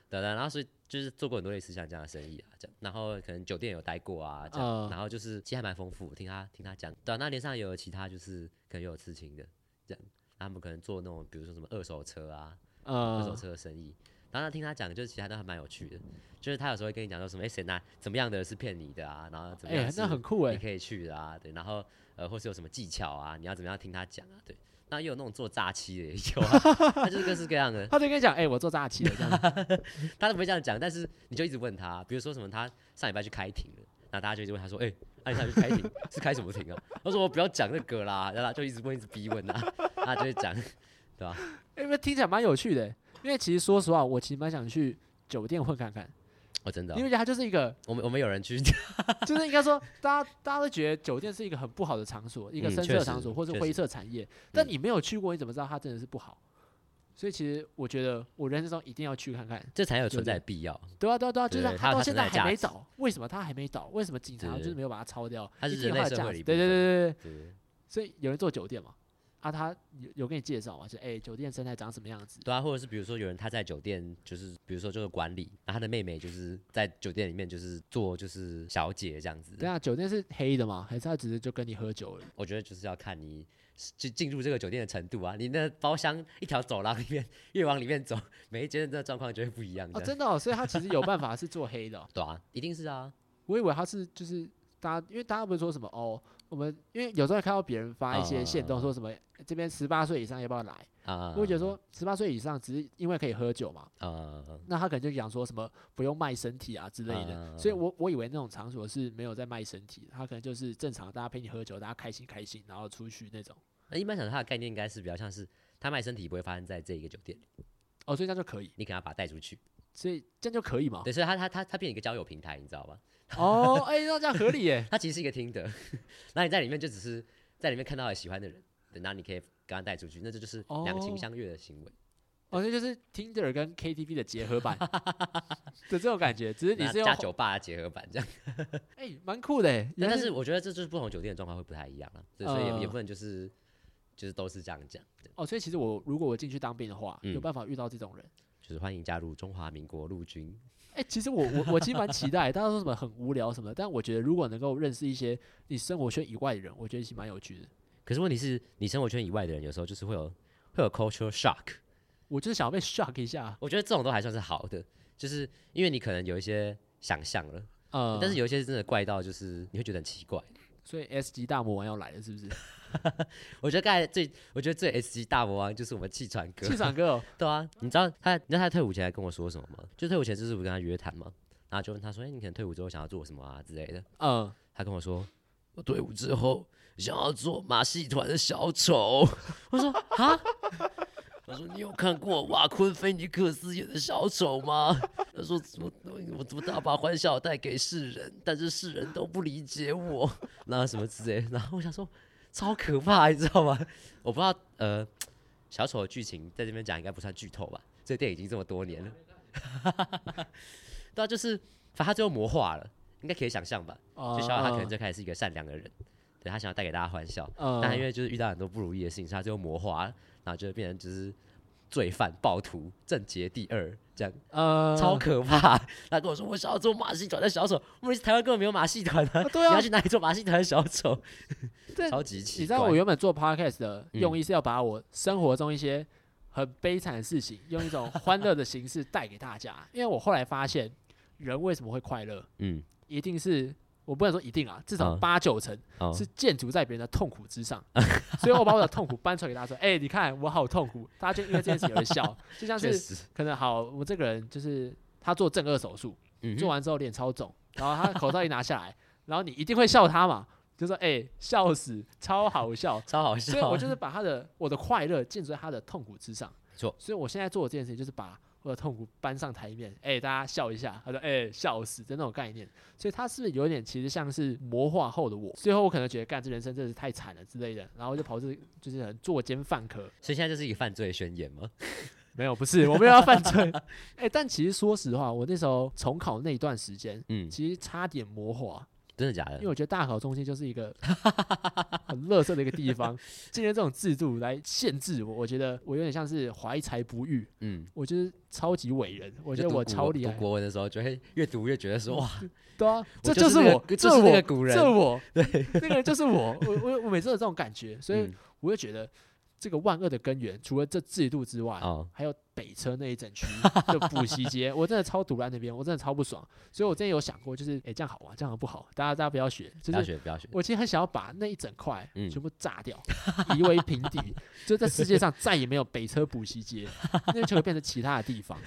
对的，然后所以就是做过很多类似像这样的生意啊，这样，然后可能酒店有待过啊，这样，
嗯
然后就是其实还蛮丰富，听他听他讲，对啊、那连上也有其他就是可能有刺青的这样，他们可能做那种比如说什么二手车啊，二手
呃，
车的生意。然后他听他讲，就是其他都还蛮有趣的，就是他有时候会跟你讲说什么，哎、谁拿怎么样的是骗你的啊，然后怎么样
哎，
是
那很酷
你
哎，
可以去的啊，对，然后呃，或是有什么技巧啊，你要怎么样听他讲啊，对。那也有那种做诈欺的也有啊， 他就是各式各样的，
他就跟你讲，哎，我做诈欺的这 样，
他都不会这样讲，但是你就一直问他，啊比如说什么他上礼拜去开庭了，那大家就一直问他说，哎、那、你上礼拜去开庭是开什么庭啊？他说我不要讲那个啦，然后他就一直问，一直逼问啊， 他就会讲，
哎因为听起来蛮有趣的欸，因为其实说实话，我其实蛮想去酒店混看看，
哦，真的哦、
因为它就是一个
我们我们有人去
就是应该说，大家大家都觉得酒店是一个很不好的场所，一个
嗯
深
确
色
实
场所或是
确
灰
实嗯
色产业。但你没有去过，你怎么知道它真的是不好？所以其实我觉得，我人生中一定要去看看。
这才有
就
存
这
在
样
的必要。
对啊，对啊，对啊，就
对
是它
它有
到
它
现
存
在
在的
还没
价值
倒，为什么它还没倒？为什么警察
对
就是没有把它抄掉？
它
一
是
定有
人类
它的
社
价
会的
值
一部
对对
分
对对对。
对
所以有人做酒店嘛？啊，他有有给你介绍嘛？就哎、酒店生态长什么样子？
对啊，或者是比如说有人他在酒店，就是比如说就是管理，然后他的妹妹就是在酒店里面就是做就是小姐这样子。
对啊，酒店是黑的嘛？还是他只是就跟你喝酒而已？
我觉得就是要看你进进入这个酒店的程度啊，你那包厢一条走廊里面越往里面走，每一间的状况就会不一样
哦，
这样。
真的、哦，所以他其实有办法是做黑的哦、
对啊，一定是啊，
我以为他是就是大家，因为大家不是说什么哦，我们因为有时候看到别人发一些线
嗯嗯
动，
嗯
说什么哎这边十八岁以上要不要来，
啊、
我会觉得说十八岁以上只是因为可以喝酒嘛，
呃，
那他可能就讲说什么不用卖身体啊之类
嗯嗯
的，
嗯
所以我我以为那种场所是没有在卖身体的，他可能就是正常大家陪你喝酒，大家开心开心，然后出去那种，
那一般想它的概念应该是比较像是他卖身体不会发生在这一个酒店，
哦，所以这样就可以，
你可能要把它带出去。
所以这样就可以嘛，
对，所以他他他他变一个交友平台，你知道吗？，
哦，哎，那这样合理耶
它其实是一个听的， 那你在里面就只是在里面看到了喜欢的人，对，然后你可以刚刚带出去，那这就是两情
哦
相悦的行为。
哦，这就是 Tinder 跟 KTV 的结合 版的这种感觉，只是你
那
是用
加酒吧的结合版这样，
哎，蛮酷的耶，原来
但是我觉得这就是不同酒店的状况会不太一样了，对所以也也
嗯
不能就是就是都是这样讲，对
哦，所以其实我如果我进去当兵的话，有
嗯
办法遇到这种人。
就是欢迎加入中华民国陆军。
哎、其实我我我其实蛮期待，大家说什么很无聊什么的，但我觉得如果能够认识一些你生活圈以外的人，我觉得其实蛮有趣的。
可是问题是你生活圈以外的人，有时候就是会有会有 cultural shock，
我就是想要被 shock 一下，
我觉得这种都还算是好的，就是因为你可能有一些想象了，
呃，
但是有一些是真的怪到就是你会觉得很奇怪。
所以 S 级大魔王要来了，是不是？
我觉得刚才最我觉得最 S 级大魔王就是我们气喘 哥，
气场哥哦，
对啊，你知道他，你知道他退伍前还跟我说什么吗？就退伍前就是我跟他约谈嘛，然后就问他说：“哎、你可能退伍之后想要做什么啊之类的。
嗯，”
他跟我说：“我退伍之后想要做马戏团的小丑。”我说：“啊？”他说：“你有看过瓦昆菲尼克斯演的小丑吗？”他说：“我我我大把欢笑带给世人，但是世人都不理解我，然后什么之类的。”然后我想说，超可怕，你知道吗？我不知道，呃，小丑的剧情在这边讲应该不算剧透吧？这个电影已经这么多年了， 对啊，就是反正他最后魔化了，应该可以想象吧？
呃
就小丑他可能最开始是一个善良的人，对他想要带给大家欢笑，
呃，
但他因为就是遇到很多不如意的事情，所以他最后魔化了，然后就变成就是罪犯、暴徒、正杰第二，这样
呃，
超可怕。 他跟我说我想要做马戏团的小丑，我们台湾根本没有马戏团啊，
啊对啊
你要去哪里做马戏团的小丑？
这
超级奇
你知
怪。
道我原本做 podcast 的用
嗯
意是要把我生活中一些很悲惨的事情，用一种欢乐的形式带给大家。因为我后来发现，人为什么会快乐，
嗯，
一定是我不能说一定啊，至少
嗯
八九成
哦，
是建筑在别人的痛苦之上。所以我把我的痛苦搬出来给大家说，哎、 你看我好痛苦，大家就因为这件事情而笑。就像
确
是
实，
可能好，我这个人就是他做正颚手术，
嗯
做完之后脸超肿，然后他口罩一拿下来， 然后你一定会笑他嘛，就说哎、笑死，超好 笑。
超好
所以
笑
我
啊。
就是把他的我的快乐建筑在他的痛苦之上，
没错
所以我现在做的这件事情就是把我的痛苦搬上台面，哎、大家笑一下，他说哎、笑死的那种概念。所以他是不是有点其实像是魔化后的我？最后我可能觉得干这人生真的是太惨了之类的，然后就跑这就是很作奸犯科。
所以现在就是一个犯罪宣言嘛。
没有，不是，我没有要犯 罪。哎、但其实说实话，我那时候重考那一段时间，
嗯，
其实差点魔化。
真的假
因为
的？
我觉得大考中心就是一个 很垃圾的一个地方，今天这种制度来限制我，我觉得我有点像是怀才不遇，
嗯，
我就是超级伟人，我
我
觉得我超厉害
读，国文的时候就会越读越觉得说哇，
对啊，这
就是是那
我，
个
这
就是那
我
个古人
这我，对，那个人就是我，我我我每次都有这种感觉，所以
嗯
我就觉得这个万恶的根源，除了这制度之外，
哦，
还有北车那一整 区的补习街，我真的超堵在那边，我真的超不爽，所以我之前有想过，就是哎、这样好吗？这样不好，大家大家不要学，就
不
是
要学不要学，
我其实很想要把那一整块
嗯
全部炸掉， 夷为平地，就在世界上再也没有北车补习街，那就会变成其他的地方。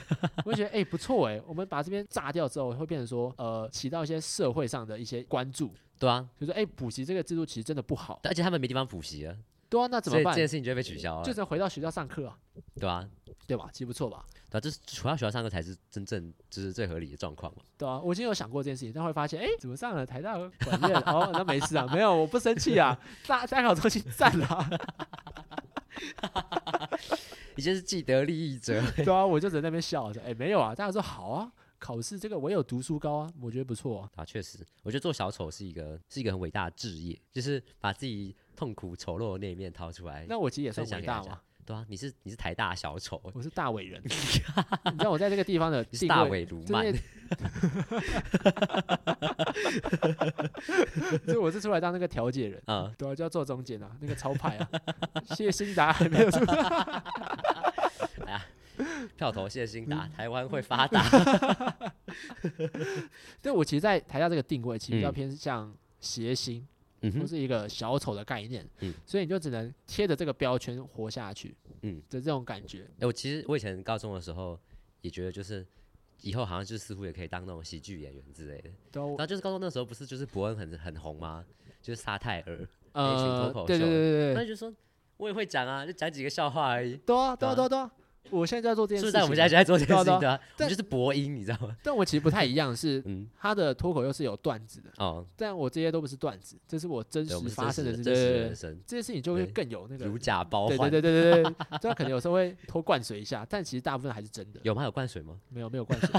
我就觉得哎、不错哎、我们把这边炸掉之后，会变成说呃起到一些社会上的一些关注，
对啊，
就说哎补习这个制度其实真的不好，
而且他们没地方补习了，
对啊，那怎
所
么
以这
办？
件
就
事情就会被取消了，
只能回到学校上课啊，
对啊，
对吧？其实不错吧？
对啊，就是除了学校上课才是真正就是最合理的状况嘛。
对啊，我已经有想过这件事情，但会发现，哎，怎么上了台大管院？哦，那没事啊，没有，我不生气啊， 大大考中心赞啦，
你就是既得利 益者，
对啊，我就在那边笑着，哎、没有啊，大家说好啊，考试这个我有读书高啊，我觉得不错啊，
啊，确实，我觉得做小丑是一个是一个很伟大的志业，就是把自己痛苦丑陋的那一面掏出来。
那我其实也
分
算
享
伟
给大
大
家
嘛，。
对啊，你是你是台大小丑，
我是大伟 人，你知道我在这个地方的
你是
定
大
位。
伟卢
就
曼，
是， 所以我是出来当那个调解人，
啊，
对啊，就要做中间啊，那个超派啊，谢欣达还没有出来，
票投谢欣
嗯
达，台湾会发 达。
对我其实，在台下这个定位其实比较
嗯
偏向谐星，
嗯
或
哼，
是一个小丑的概念，
嗯
所以你就只能贴着这个标签活下去，
嗯
的这种感觉，
哎、我其实我以前高中的时候也觉得，就是以后好像就是似乎也可以当那种喜剧演员之类的。
都
然后就是高中那时候不是就是伯恩很很红吗？就是沙泰尔，群
呃
脱，口
对对
秀
对对
那
对，
就说我也会讲啊，就讲几个笑话而已。
对啊对啊
啊
对啊对啊，我现在就在做这
是
件
不
事情
是在
啊，
我们现在就在做这件事
对啊
情
对
对啊？我
但
们就是博音，你知道吗？
但我其实不太一样，是
嗯，
他的脱口秀是有段子的，
哦，
但我这些都不是段子，这是我真
对，
实
我们是
发
真
生
实
事，
的
对
真实的
对对
人，生，
这件事情就会
对
更有那个，
如假包
对对
换。
对对对对，这样可能有时候会偷灌水一下，但其实大部分还是真的，
有吗？有灌水吗？
没有没有灌水，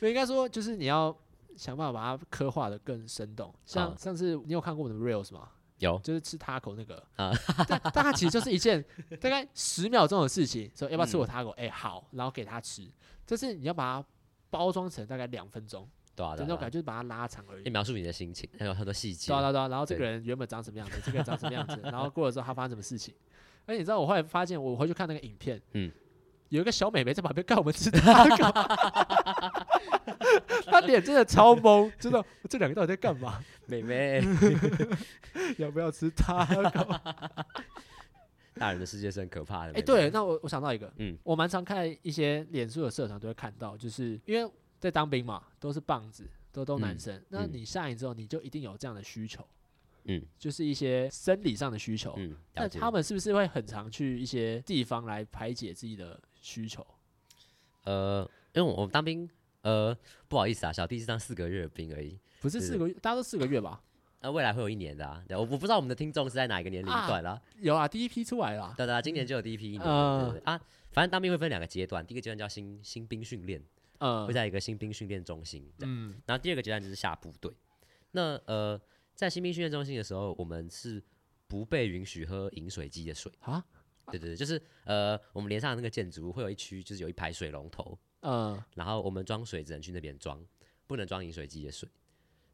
所以应该说就是你要想办法把它刻画的更生动。像
啊
上次你有看过我们的 reels 吗？
有，
就是吃 taco 那个
啊
但但它其实就是一件大概十秒钟的事情，说要不要吃
嗯
我 taco？哎、好，然后给他吃，但是你要把它包装成大概两分钟
对啊，
的那
对啊
种
对
感觉，
啊。
就是把它拉长而已
你。描述你的心情，还有很多细节
对啊。对啊对啊，然后这
对
个人原本长什么样子，这个人长什么样 子，然后过了之后他发生什么事情。而且你知道，我后来发现，我回去看那个影片，
嗯
有一个小美眉在旁边看我们吃 taco，她脸真的超懵，真的，这两个到底在干嘛？
妹妹，
要不要吃
哎
taco？
大人的世界是很可怕的。
哎，
妹妹
对，，那我我想到一个，
嗯
我蛮常看一些脸书的社团都会看到，就是因为在当兵嘛，都是棒子，都都男
嗯
生，那
嗯
你下营之后，你就一定有这样的需求，
嗯
就是一些生理上的需求，
嗯，
那
了解
他们是不是会很常去一些地方来排解自己的需求？
呃，因为我我当兵，呃，不好意思啊，小弟是当四个月的兵而已。
不是
是
四个月，大家都四个月吧？
那未来会有一年的啊，对我我不知道我们的听众是在哪一个年龄
啊
段啦、
有啊，第一批出来啦。
对对啊，今年就有第一批一年
嗯
了，对对对啊。反正当兵会分两个阶段，第一个阶段叫新新兵训练，
嗯
会在一个新兵训练中心这样。
嗯
然后第二个阶段就是下部队。那呃，在新兵训练中心的时候，我们是不被允许喝饮水机的水，
啊，
对对对，就是呃，我们连上的那个建筑物会有一区，就是有一排水龙头，
嗯，
然后我们装水只能去那边装，不能装饮水机的水。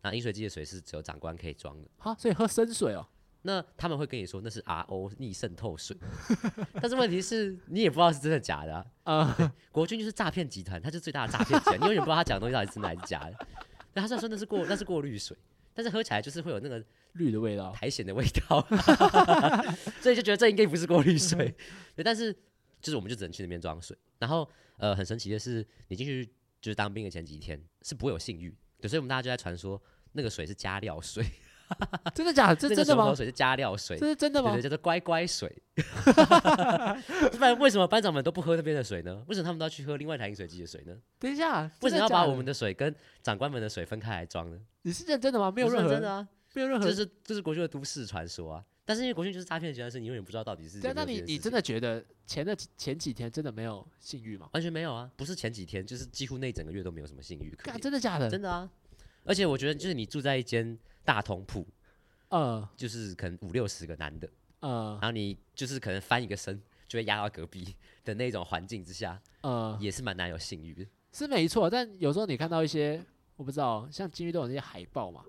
那饮水机的水是只有长官可以装的。
好，所以喝生水哦，
那他们会跟你说那是 RO 逆渗透水， 但是问题是你也不知道是真的假的、啊。
啊、
国军就是诈骗集团，他是最大的诈骗集团，你永远不知道他讲的东西到底是真的还是假的。那他虽然说那是过那是过滤水，但是喝起来就是会有那个
绿的味 道，
苔藓的味 道，所以就觉得这应该不是过滤水。对，但是就是我们就只能去那边装水。然后呃，很神奇的是，你进去就是当兵的前几天是不会有性欲，对，所以我们大家就在传说那个水是加料水，
真的假的？这
那
真
个
的
水
吗
口？水是加料水
这。是真的
对
吗
对，？叫做乖 乖水。不然为什么班长们都不喝那边的水呢？为什么他们都要去喝另外一台饮水机的水呢？
等一下，
为什
真的
么要
假
把
的
我们？的水跟长官们的水分开来装呢？
你是认真的吗？没有
我是
任何，
真的啊，
没有任何
这。是这是国军的都市传说啊。但是因为国军就是诈骗集团，是你永远不知道到底是有没
对啊
有，
那
这
你
件
你
事
真
情
的觉得前的前几天真的没有性欲吗？
完全没有啊？不是前几天，就是几乎那一整个月都没有什么性欲可
干，
言，
真的假的？
真的啊。而且我觉得就是你住在一间大通铺，
呃
就是可能五六十个男的，
呃
然后你就是可能翻一个身就会压到隔壁的那种环境之下，
呃，
也是蛮难有性欲的。
是没错，但有时候你看到一些我不知道，像金鱼都有那些海报嘛，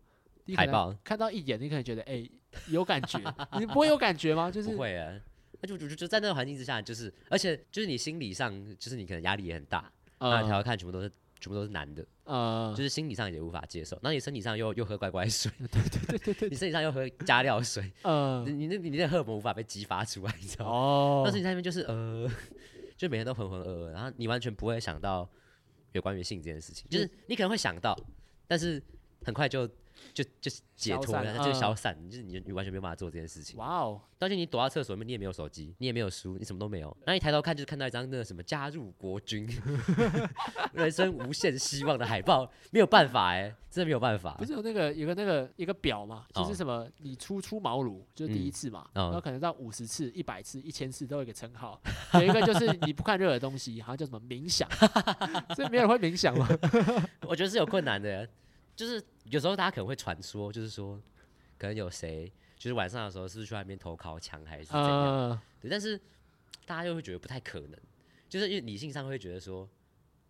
你可
海
能
报
看到一眼，你可能觉得哎、有感 觉，你不会有感觉吗？就是
不会啊。那就就就在那个环境之下，就是而且就是你心理上，就是你可能压力也很大，那你条
呃
看全部都是全部都是男的，
呃
就，是心理上也无法接受。那你身体上又又喝乖乖水，
对对对
你身体上又喝加料水，
呃
你你那你的荷尔蒙无法被激发出来，你知道吗？
哦
但是，你在那边就是呃， 就每天都浑浑噩噩，然后你完全不会想到有关于性这件事情，
嗯
就是你可能会想到，但是很快就就就解
消
脱
散
了，就
嗯
消散，就是你你完全没有办法做这件事情。
哇哦，
而且你躲到厕所里面，你也没有手机，你也没有书，你什么都没有。然后一抬头看，就是看到一张那个什么“加入国军”， 人生无限希望的海报，没有办法哎、真的没有办法
不。是有那个有个那个一个表嘛，就
哦
是什么你初出茅庐就第一
嗯
次嘛，
哦
然后可能到五十次、一百次、一千次都有一个称号，有一个就是你不看任何东西，好像叫什么冥 想，所以没有人会冥想嘛，
我觉得是有困难的，就是有时候大家可能会传说，就是说可能有谁就是晚上的时候是不是去外面偷烤枪还是怎样？
呃，
对，但是大家又会觉得不太可能，就是因为理性上会觉得说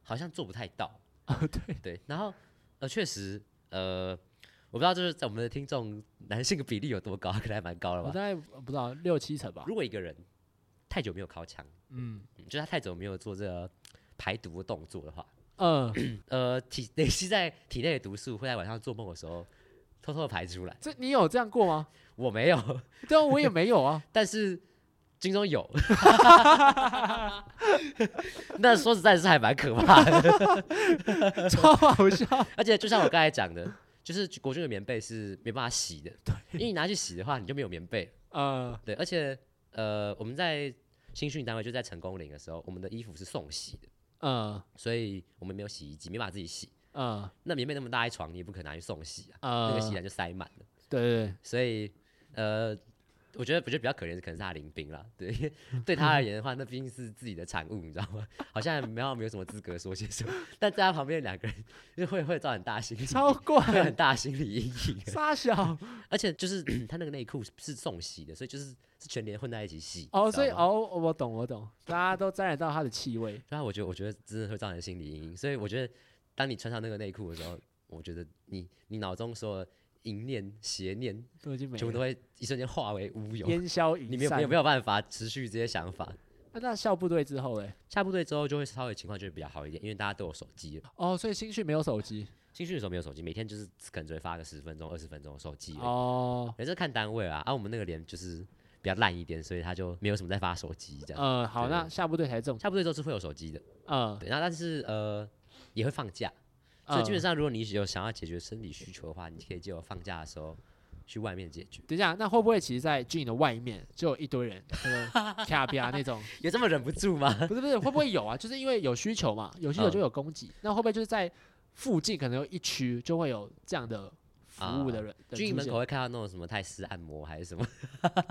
好像做不太到。
哦对，
对，然后呃，确实呃，我不知道就是在我们的听众男性比例有多高，可能还蛮高了
我
吧
大。概不知道六七成吧，
如果一个人太久没有靠墙，
嗯
嗯就是他太久没有做这个排毒的动作的话，
呃，
呃，体 累积在体内的毒素会在晚上做梦的时候偷偷的排出来。
这你有这样过吗？
我没有，
对啊，我也没有 啊，
但是军中有。 那说实在是还蛮可怕的，
超好笑，
而且就像我刚才讲的，就是国军的棉被是没办法洗的，因为你拿去洗的话，你就没有棉被了。
呃
对，而且呃，我们在新训单位就在成功岭的时候，我们的衣服是送洗的，
呃
所以我们没有洗衣机，没办法自己洗。
呃
那棉被那么大一床，你也不可能拿去送洗啊，
呃，
那个洗篮就塞满了。
对对对，
所以呃，我觉得我觉得比较可怜的可能是他林兵啦，对， 因为对他而言的话，那毕竟是自己的产物，你知道吗？好像没有没有什么资格说些什么， 但在他旁边两个人就会会造成很大心理，
超
会
怪
很，大心理阴影。
傻小
而且就是 他那个内裤是送洗的，所以就是是全连混在一起洗。
哦，
你知
所以
道吗
哦，我懂我懂，大家都沾染到它的气味，
对啊，我觉得我觉得真的会造成心理阴影，所以我觉得当你穿上那个内裤的时候，我觉得你你脑中所有淫念、邪念，
都已经没
全部都
了，
会一瞬间化为乌有，
烟消云
你没有
散
没有没有办法持续这些想法。
啊那校部队之后嘞？
下部队之后就会稍微情况就会比较好一点，因为大家都有手机了。
哦，所以新训没有手机
新训的时候没有手机，每天就是可能只会发个十分钟、二十分钟的手机而已。
哦。
也是看单位啊，啊，我们那个连就是比较烂一点，所以他就没有什么在发手机这样。
呃，好，
对
那下部队才中。
下部队之后是会有手机的，
嗯，
对，那但是呃也会放假，
呃
所以基本上，如果你有想要解决生理需求的话，你可以借由放假的时候去外面解决。
等一下，那会不会其实，在军营的外面就有一堆人，可 能啪啪那种？
有这么忍不 住吗？
不是不是，会不会有啊？就是因为有需求嘛，有需求
嗯
就有供给。那会不会就是在附近可能有一区就会有这样的服务的人？
军啊营门口会看到那种什么泰式按摩还是什么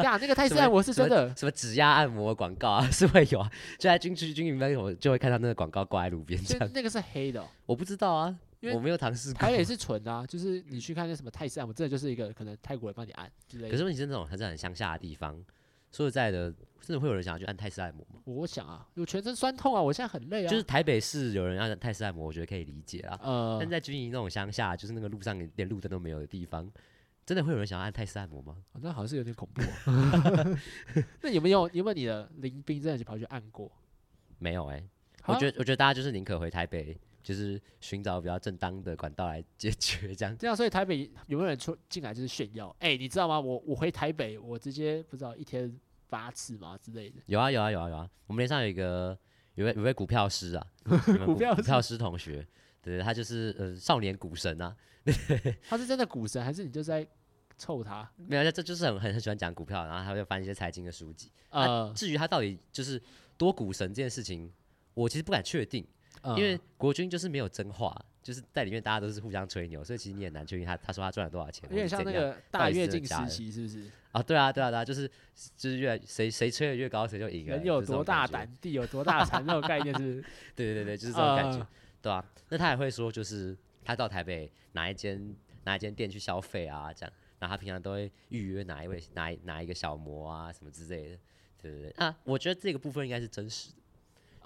呀，那个泰式
什么
按摩是
什么
真的
什么指压按摩广告啊， 是会有啊。就在军区军营门口就会看到那个广告挂在路边
所
这
以
样。
那个是黑 的哦、
我不知道啊，
因为
我没有尝试过
台。北是纯的、啊，就是你去看那什么泰式按摩，真的就是一个可能泰国人帮你按之类
可
的。
是问题是那种还是很乡下的地方，说实在的，真的会有人想要去按泰式按摩吗？
我想啊，我全身酸痛啊，我现在很累啊，
就是台北市有人按泰式按摩，我觉得可以理解啊。
呃
但，在军营那种乡下，就是那个路上连连路灯都没有的地方，真的会有人想要按泰式按摩吗？
哦那好像是有点恐怖啊、 那有没有有没有你的林兵真的去跑去按过？
没有哎、
啊
我觉得我觉得大家就是宁可回台北，就是寻找比较正当的管道来解决这样。
这样，啊所以台北有没有人出进来就是炫耀？哎、你知道吗？我我回台北，我直接不知道一天八次嘛之类的。
有啊有啊有啊有啊，我们连上有一个有位有位股票师 啊，我们
股票
股票师同学，对，他就是呃少年股神啊，
他是真的股神，还是你就是在臭他？
没有，这就是很很很喜欢讲股票，然后他就翻一些财经的书籍。
呃，
至于他到底就是多股神这件事情，我其实不敢确定，
呃
因为国军就是没有真话，就是在里面大家都是互相吹牛，所以其实你也难确定他他说他赚了多少钱，
有点
或是
像那
怎样
个大
底是
跃
真的
进
假
时
的
期，是不是？
啊，对啊对啊对啊，就是就是越来谁谁吹的越高谁就赢了，
人有
就是这种
多大
感觉
胆，地有多大产，那种概念是不 是？
对对对对，就是这种感觉，
呃
对啊，那他也会说，就是他到台北哪一间哪一间店去消费啊，这样，然后他平常都会预约哪一位哪一哪一个小模啊什么之类的，对对对。啊，我觉得这个部分应该是真实的，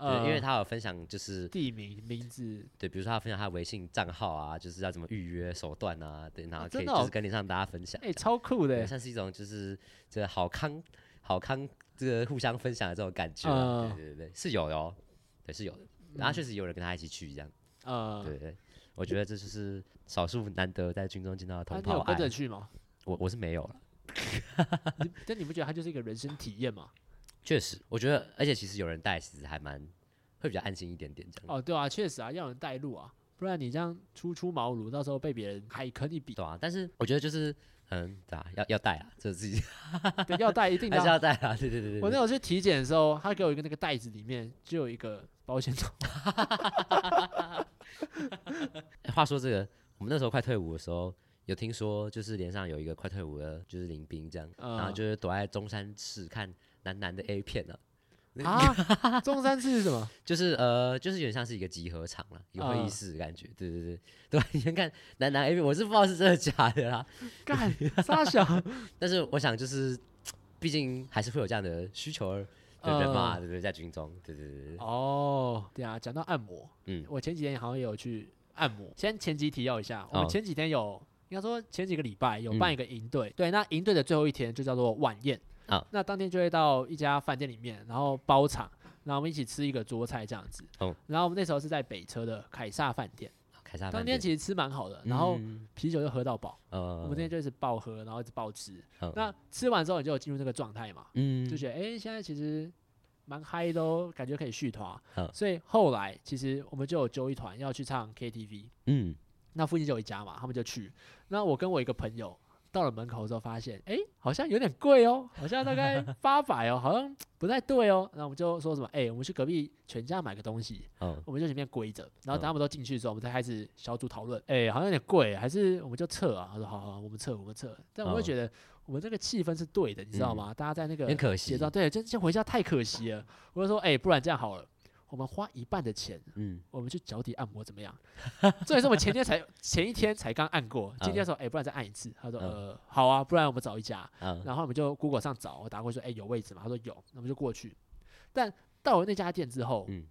对，因为
呃
他有分享，就是
地名名字，
对，比如说他分享他微信账号啊，就是要怎么预约手段啊，对，然后可
真
以
的
就
哦
是跟你上大家分享
哎、，超酷的
对，
欸。
像是一种就是这个好康好康这个互相分享的这种感觉啊，
呃
对对对，是有的哦，对是有的，
嗯
然后确实有人跟他一起去这样。
呃，
对对，我觉得这就是少数难得在军中见到的
他
同
你
袍
有啊跟
爱
着。去吗？
我我是没有了，
你但你不觉得他就是一个人生体验吗？
确实，我觉得，而且其实有人带，其实还蛮会比较安心一点点这样。
哦，对啊，确实啊，要有人带路啊，不然你这样初出茅庐，到时候被别人还跟你比，
对啊，但是我觉得就是，嗯，对啊，要要带啊，这自己
对，要带一定的
还是
啊。
要带啊，对对对对。
我那
对
时候去体检的时候，他给我一个那个袋子，里面就有一个保险套。
哎话说这个，我们那时候快退伍的时候，有听说就是连上有一个快退伍的，就是林兵这样，然后
嗯
就是躲在中山市看男男的 A 片啊，
啊，中山市是什么？
就是呃，就是有点像是一个集合场了，一个会
啊
议室的感觉。对对对，对啊吧？你先看男男 A 片，我是不知道是真的假的啦，
干沙小
但是我想就是，毕竟还是会有这样的需求儿的人嘛，
呃
对不对？在军中，对对对对对，
哦，对啊，讲到按摩，
嗯
我前几天好像也有去按摩。先前集提要一下，我
哦
们前几天有，应该说前几个礼拜有
嗯
办一个营队，对，那营队的最后一天就叫做晚宴
啊
那当天就会到一家饭店里面，然后包场，然后我们一起吃一个桌菜这样子。
哦
然后我们那时候是在北车的凯撒饭店，
凯撒
当
饭
天
店，
其实吃蛮好的，然后
嗯
啤酒就喝到饱，
呃，
我们那天就一直暴喝，然后一直暴吃。
嗯
那吃完之后你就有进入那个状态嘛？
嗯
就觉得哎、诶现在其实蛮嗨的哦，感觉可以续团。
嗯
所以后来其实我们就有揪一团要去唱 KTV，
嗯，
那附近就有一家嘛，他们就去。那我跟我一个朋友到了门口之后，发现哎、诶好像有点贵哦，好像大概八百哦，好像不太对哦。那我们就说什么哎、诶我们去隔壁全家买个东西，
哦
我们就前面归着，然后等
嗯
他们都进去之后，我们再开始小组讨论。哎、好像有点贵，还是我们就撤啊？他说好好，我们撤，我们撤。但我会
嗯
觉得我们这个气氛是对的，你知道吗？大家在那个
有点可
结
惜，
账，对，就先回家太可惜了。我就说，哎、不然这样好了，我们花一半的钱，
嗯，
我们去脚底按摩怎么样？ 重点是我们前天才前一天才刚按过，今天说，哎、不然再按一次。他说，
嗯
呃，好啊，不然我们找一家。
啊，
然后我们就 Google 上找，我打过去说，哎、有位置吗？他说有，那我们就过去。但到了那家店之后，
嗯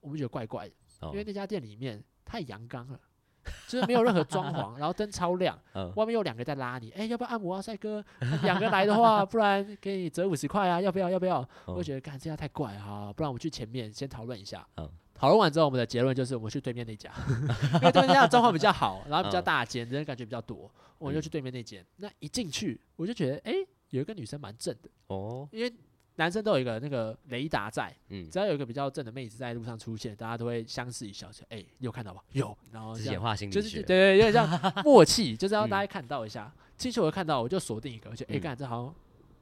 我们觉得怪怪的，
哦
因为那家店里面太阳刚了。 就是没有任何装潢，然后灯超亮，
嗯
外面有两个在拉你，哎、要不要按摩啊，帅哥？两个来的话，不然给你折五十块啊，要 不要？要不要？我
哦
觉得干这家太怪啊，不然我们去前面先讨论一下
嗯。
讨论完之后，我们的结论就是我们去对面那家， 因为对面那家的装潢比较好，然后比较
嗯
大间，人感觉比较多，我们就去对面那间。那一进去，我就觉得哎、诶有一个女生蛮正的，
哦，
因为男生都有一个那个雷达在，
嗯，
只要有一个比较正的妹子在路上出现，大家都会相视一笑，说哎、诶你有看到吧？有，然后
这
这
是
样
演化心理
就是
学
对，对，有点 像默契，就是让
嗯
大家看到一下。进去我就看到，我就锁定一个，我觉得哎，
嗯
干、这好像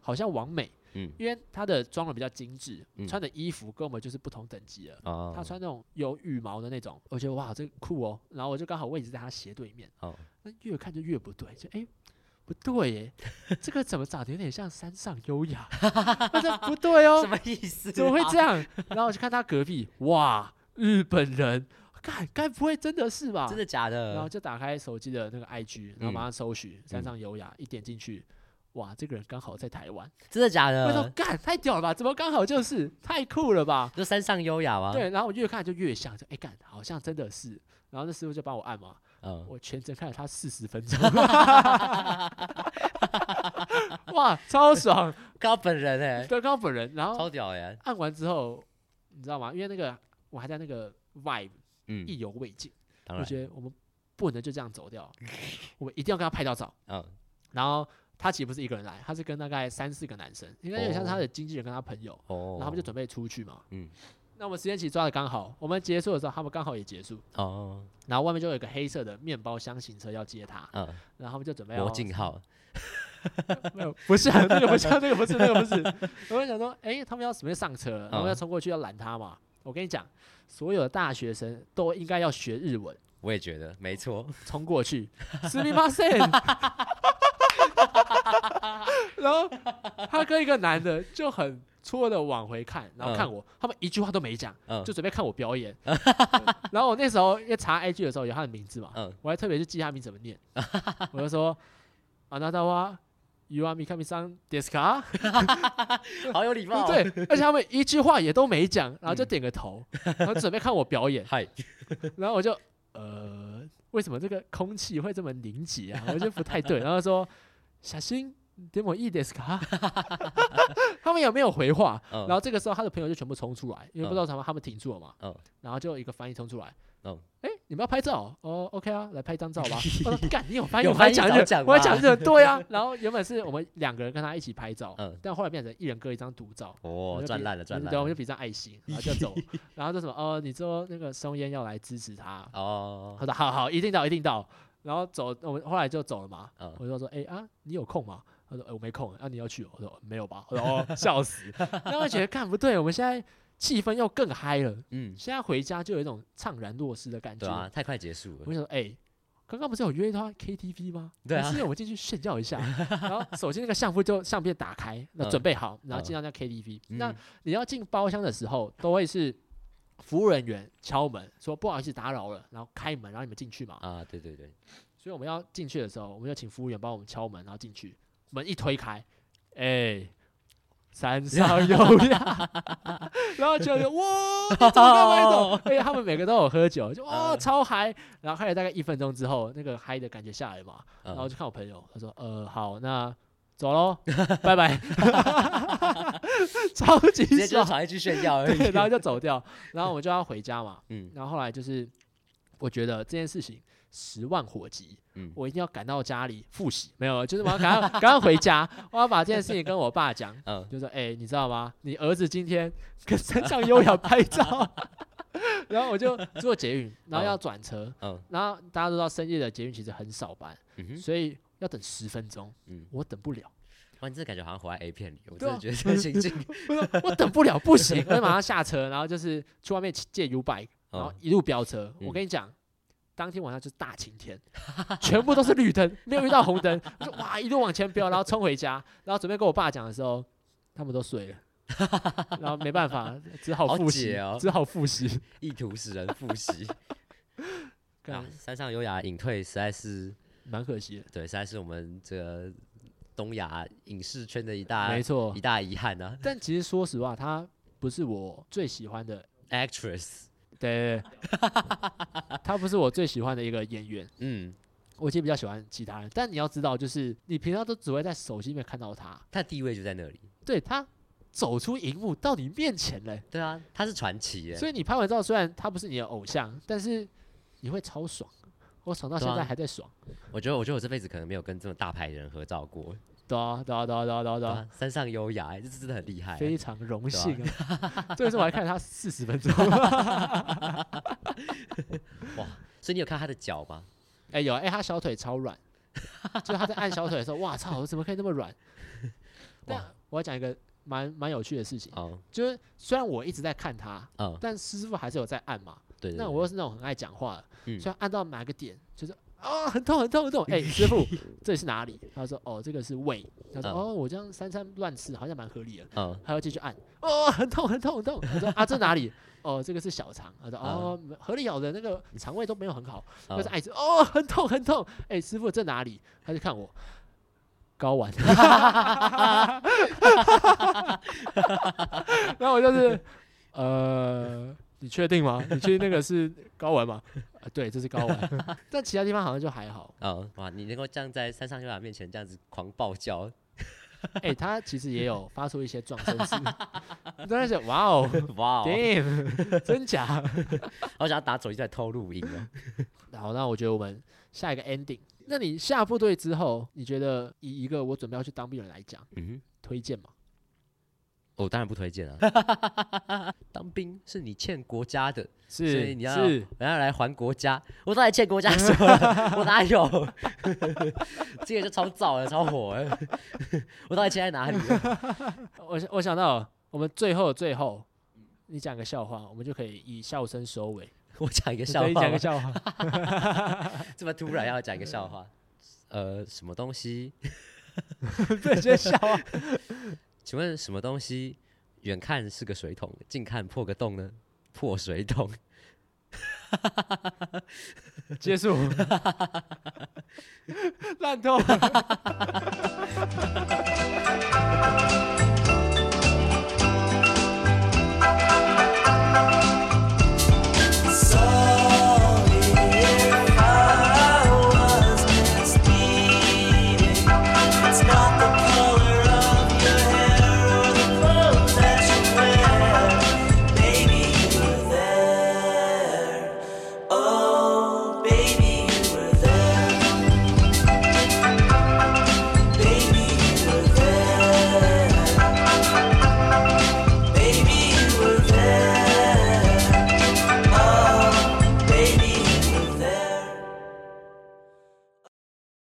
好像完美，
嗯
因为她的妆容比较精致，
嗯
穿的衣服跟我们就是不同等级了。
哦，
她穿那种有羽毛的那种，我觉得哇，这酷哦。然后我就刚好位置在她斜对面，
哦，
那越看就越不对，就哎、不对耶，这个怎么长得有点像山上优雅？ 那这不 对哦
什，么意思？啊
怎么会这
样？
样？ 然后我就看她隔壁，哇，日本人，干该不会真的是吧？
真的假嗯
然后
的？
就打开手机的那个 IG，然后马上搜寻山上优雅，一点进去，哇，这个人刚好在台湾，
真的假
我说
的？
干太屌了吧，怎么刚好就是太酷了吧？
就山上优雅吗？，
对，然后我越看就越像，就哎干，好像真的是。然后那师傅就帮我按嘛，
嗯，
我全程看了他四十分 钟，哇，超爽！
看到本人哎、
对，刚刚本人，然后
超屌哎、
按完之后，你知道吗？因为那个我还在那个 vibe
嗯，
意犹未尽，
当
我
然，
觉得我们不能就这样走 掉，我们一定要跟他拍到照。
嗯，
然后他其实不是一个人来，他是跟大概三四个男生，应该有点像是他的经纪人跟他朋友，
哦
然，后他们就准备出去嘛。
嗯，
那我们时间其实抓的刚好，我们结束的时候他们刚好也结束，
哦，
然后外面就有一个黑色的面包箱型车要接他，
嗯，
然后他们就准备要
魔镜号，
没有，不是、啊、那个不是，那个不是，那个不是。我就想说，哎、他们要准备上车了，然后要冲过去要拦他嘛。我跟你讲，所有的大学生都应该要学日文，
我也觉得没错，
冲过去，すみません。 然后他跟一个男的就很戳的往回看，然后看我，他们一句话都没讲，
嗯，
就准备看我表 演。然后我那时候一查 IG 的时候有他的名字嘛，
嗯
我还特别去记他名字怎么 念，我就说啊，那他哇。You are Mikami san d i s c a
好有礼貌、 哦，
嗯
嗯
对，而且他们一句话也都没讲，然后就点个头，然后准备看我表演，
嗨，
然后我就呃，为什么这个空气会这么凝结啊？我觉得不太 对。然后说小心点我一 d i s c a 他们有没有回话？
嗯，
然后这个时候他的朋友就全部冲出来，因为不知道他们他们停住了嘛，
嗯
然后就有一个翻译冲出来，
嗯
哎，你们要拍照哦，OK 啊，来拍一张照 吧。我说干，你有翻译，
有
我还
翻译
讲
早
日
讲
文，我还
嘛
讲日文，对啊。然后原本是我们两个人跟他一起拍照，
嗯
但后来变成一人各一张独照。我
哦，
就
赚
比
烂了，赚烂
对，我们就
了，
比上爱心，然后就 走，然后就什么哦，你说那个松烟要来支持他，
哦，
他说好好，一定到，一定到，然后走，我们后来就走了嘛，
嗯
我就说哎、啊，你有空吗？他说、哎我没空，啊你要去哦？我说没有吧，我说哦笑死， 那我觉得看不对，我们现在气氛又更嗨了，
嗯，
现在回家就有一种怅然若失的感觉，
对啊，太快结束
我
了，
想说哎。刚刚不是有约他 KTV 吗？
对啊
还是因为我们进去炫耀一下，然后首先那个相簿就相片打开，那
嗯
准备好，然后
嗯
进到那 KTV。
嗯
那你要进包厢的时候，都会是服务人员敲门说不好意思打扰了，然后开门让你们进去嘛。
啊，对对对，
所以我们要进去的时候，我们就请服务员帮我们敲门，然后进去。门一推开，哎、 山上有呀， 然后就哇，你怎么干嘛 走？而且哎他们每个都有喝酒，就哇、
嗯
超嗨。然后开了大概一分钟之后，那个嗨的感觉下来嘛，
嗯
然后就看我朋友，他说：“呃，好，那走喽，拜拜。” 超级
直接就
爽，
传一句炫耀而 已，
对，然后就走掉，然后我就要回家嘛。
嗯
然后后来就是，我觉得这件事情十万火急，
嗯
我一定要赶到家里复习，没有，就是我要 赶快赶快回家，我要把这件事情跟我爸讲，
嗯，
就说：“哎、你知道吗？你儿子今天跟山上优雅拍照。” 然后我就坐捷运，然后要转车，
嗯
然后大家都知道深夜的捷运其实很少班，
嗯哼，
所以要等十分钟，
嗯，
我等不了，
哇，你真的感觉好像活在 A 片里，我
对
真
啊
的觉得这个情境，
我说我等不了，不行，我就马上下车，然后就是去外面借 U bike，然后
嗯
一路飙车。
嗯
我跟你讲，当天晚上就是大晴天， 全部都是绿灯，没有遇到红灯。我就哇，一路往前飙，然后冲回家，然后准备跟我爸讲的时候，他们都睡了，然后没办法，只好
好
复习，
解哦
只好复 习。
意图使人复 习。
干
啊，山上优雅隐退实在是，
蛮可惜的，
对，实在是我们这个东亚影视圈的一大
没错
啊一。大遗憾啊。
但其实说实话，他不是我最喜欢的，
Actress，
对，他不是我最喜欢的一个演员。
嗯，
我其实比较喜欢其他人，但你要知道，就是你平常都只会在手机里面看到他，
她的地位就在那里。
对他走出荧幕到你面前了，
对啊，她是传奇耶。
所以你拍完照虽然他不是你的偶像，但是你会超爽，我爽到现
对
在
啊
还在爽，
我觉得，我觉得我这辈子可能没有跟这么大牌的人合照过。
对啊，对啊，对啊，对啊，对啊，对
对
啊，
啊，山上优雅耶，这真的很厉害耶。
非常荣幸啊！ 这次我还看了他四十分钟，
所以你有看她的脚吗？
哎有哎、他小腿超软，就他在按小腿的时候，哇操，我怎么可以那么软？但我要讲一个蛮蛮有趣的事情，
哦，
就是虽然我一直在看他，
哦，
但师傅还是有在按嘛。
对对。
那
对
我又是那种很爱讲话的，
嗯
所以按到哪个点就是啊，很痛很痛很痛。哎，师 傅，这里是哪里？他说哦，这个是胃。他说
嗯
哦，我这样三餐乱吃好像蛮合理的。
嗯
他要继续按，哦，很痛很痛很痛。他说啊，这哪里？哦，这个是小肠。他
嗯
说哦，合理咬的那个肠胃都没有很好，就是
嗯
爱吃。哦，很痛很痛。哎，师傅这哪里？他就看我。睾丸， 然后我就是呃，你确定吗？你确定那个是睾丸吗？啊，对，这是睾丸，但其他地方好像就还好。
啊，哇，你能够这样在三上优雅面前这样子狂暴叫，
哎、他其实也有发出一些撞声词，我当时想，哇哦
哇哦，
，damn，真假？
好想要拿手机在偷录音啊！
好，那我觉得我们下一个 ending。那你下部队之后，你觉得以一个我准备要去当兵的人来讲，
嗯哼。
推荐吗？
我当然不推荐啊！ 当兵是你欠国家的，
是
所以你要
是
然后来还国家。我到底欠国家什 么了？我哪有？ 这个就超早了，超火了。 我到底欠在哪里了？
我想我想到了我们最后的最后，
嗯
你讲个笑话，我们就可以以笑声收尾。
我讲一个 笑
你
话
讲个
吧，
笑 话，
这么突然要讲一个笑话。呃，什么东西？
对，先笑啊。
请问什么东西？远看是个水桶，近看破个洞呢？破水桶。
结束，烂透了。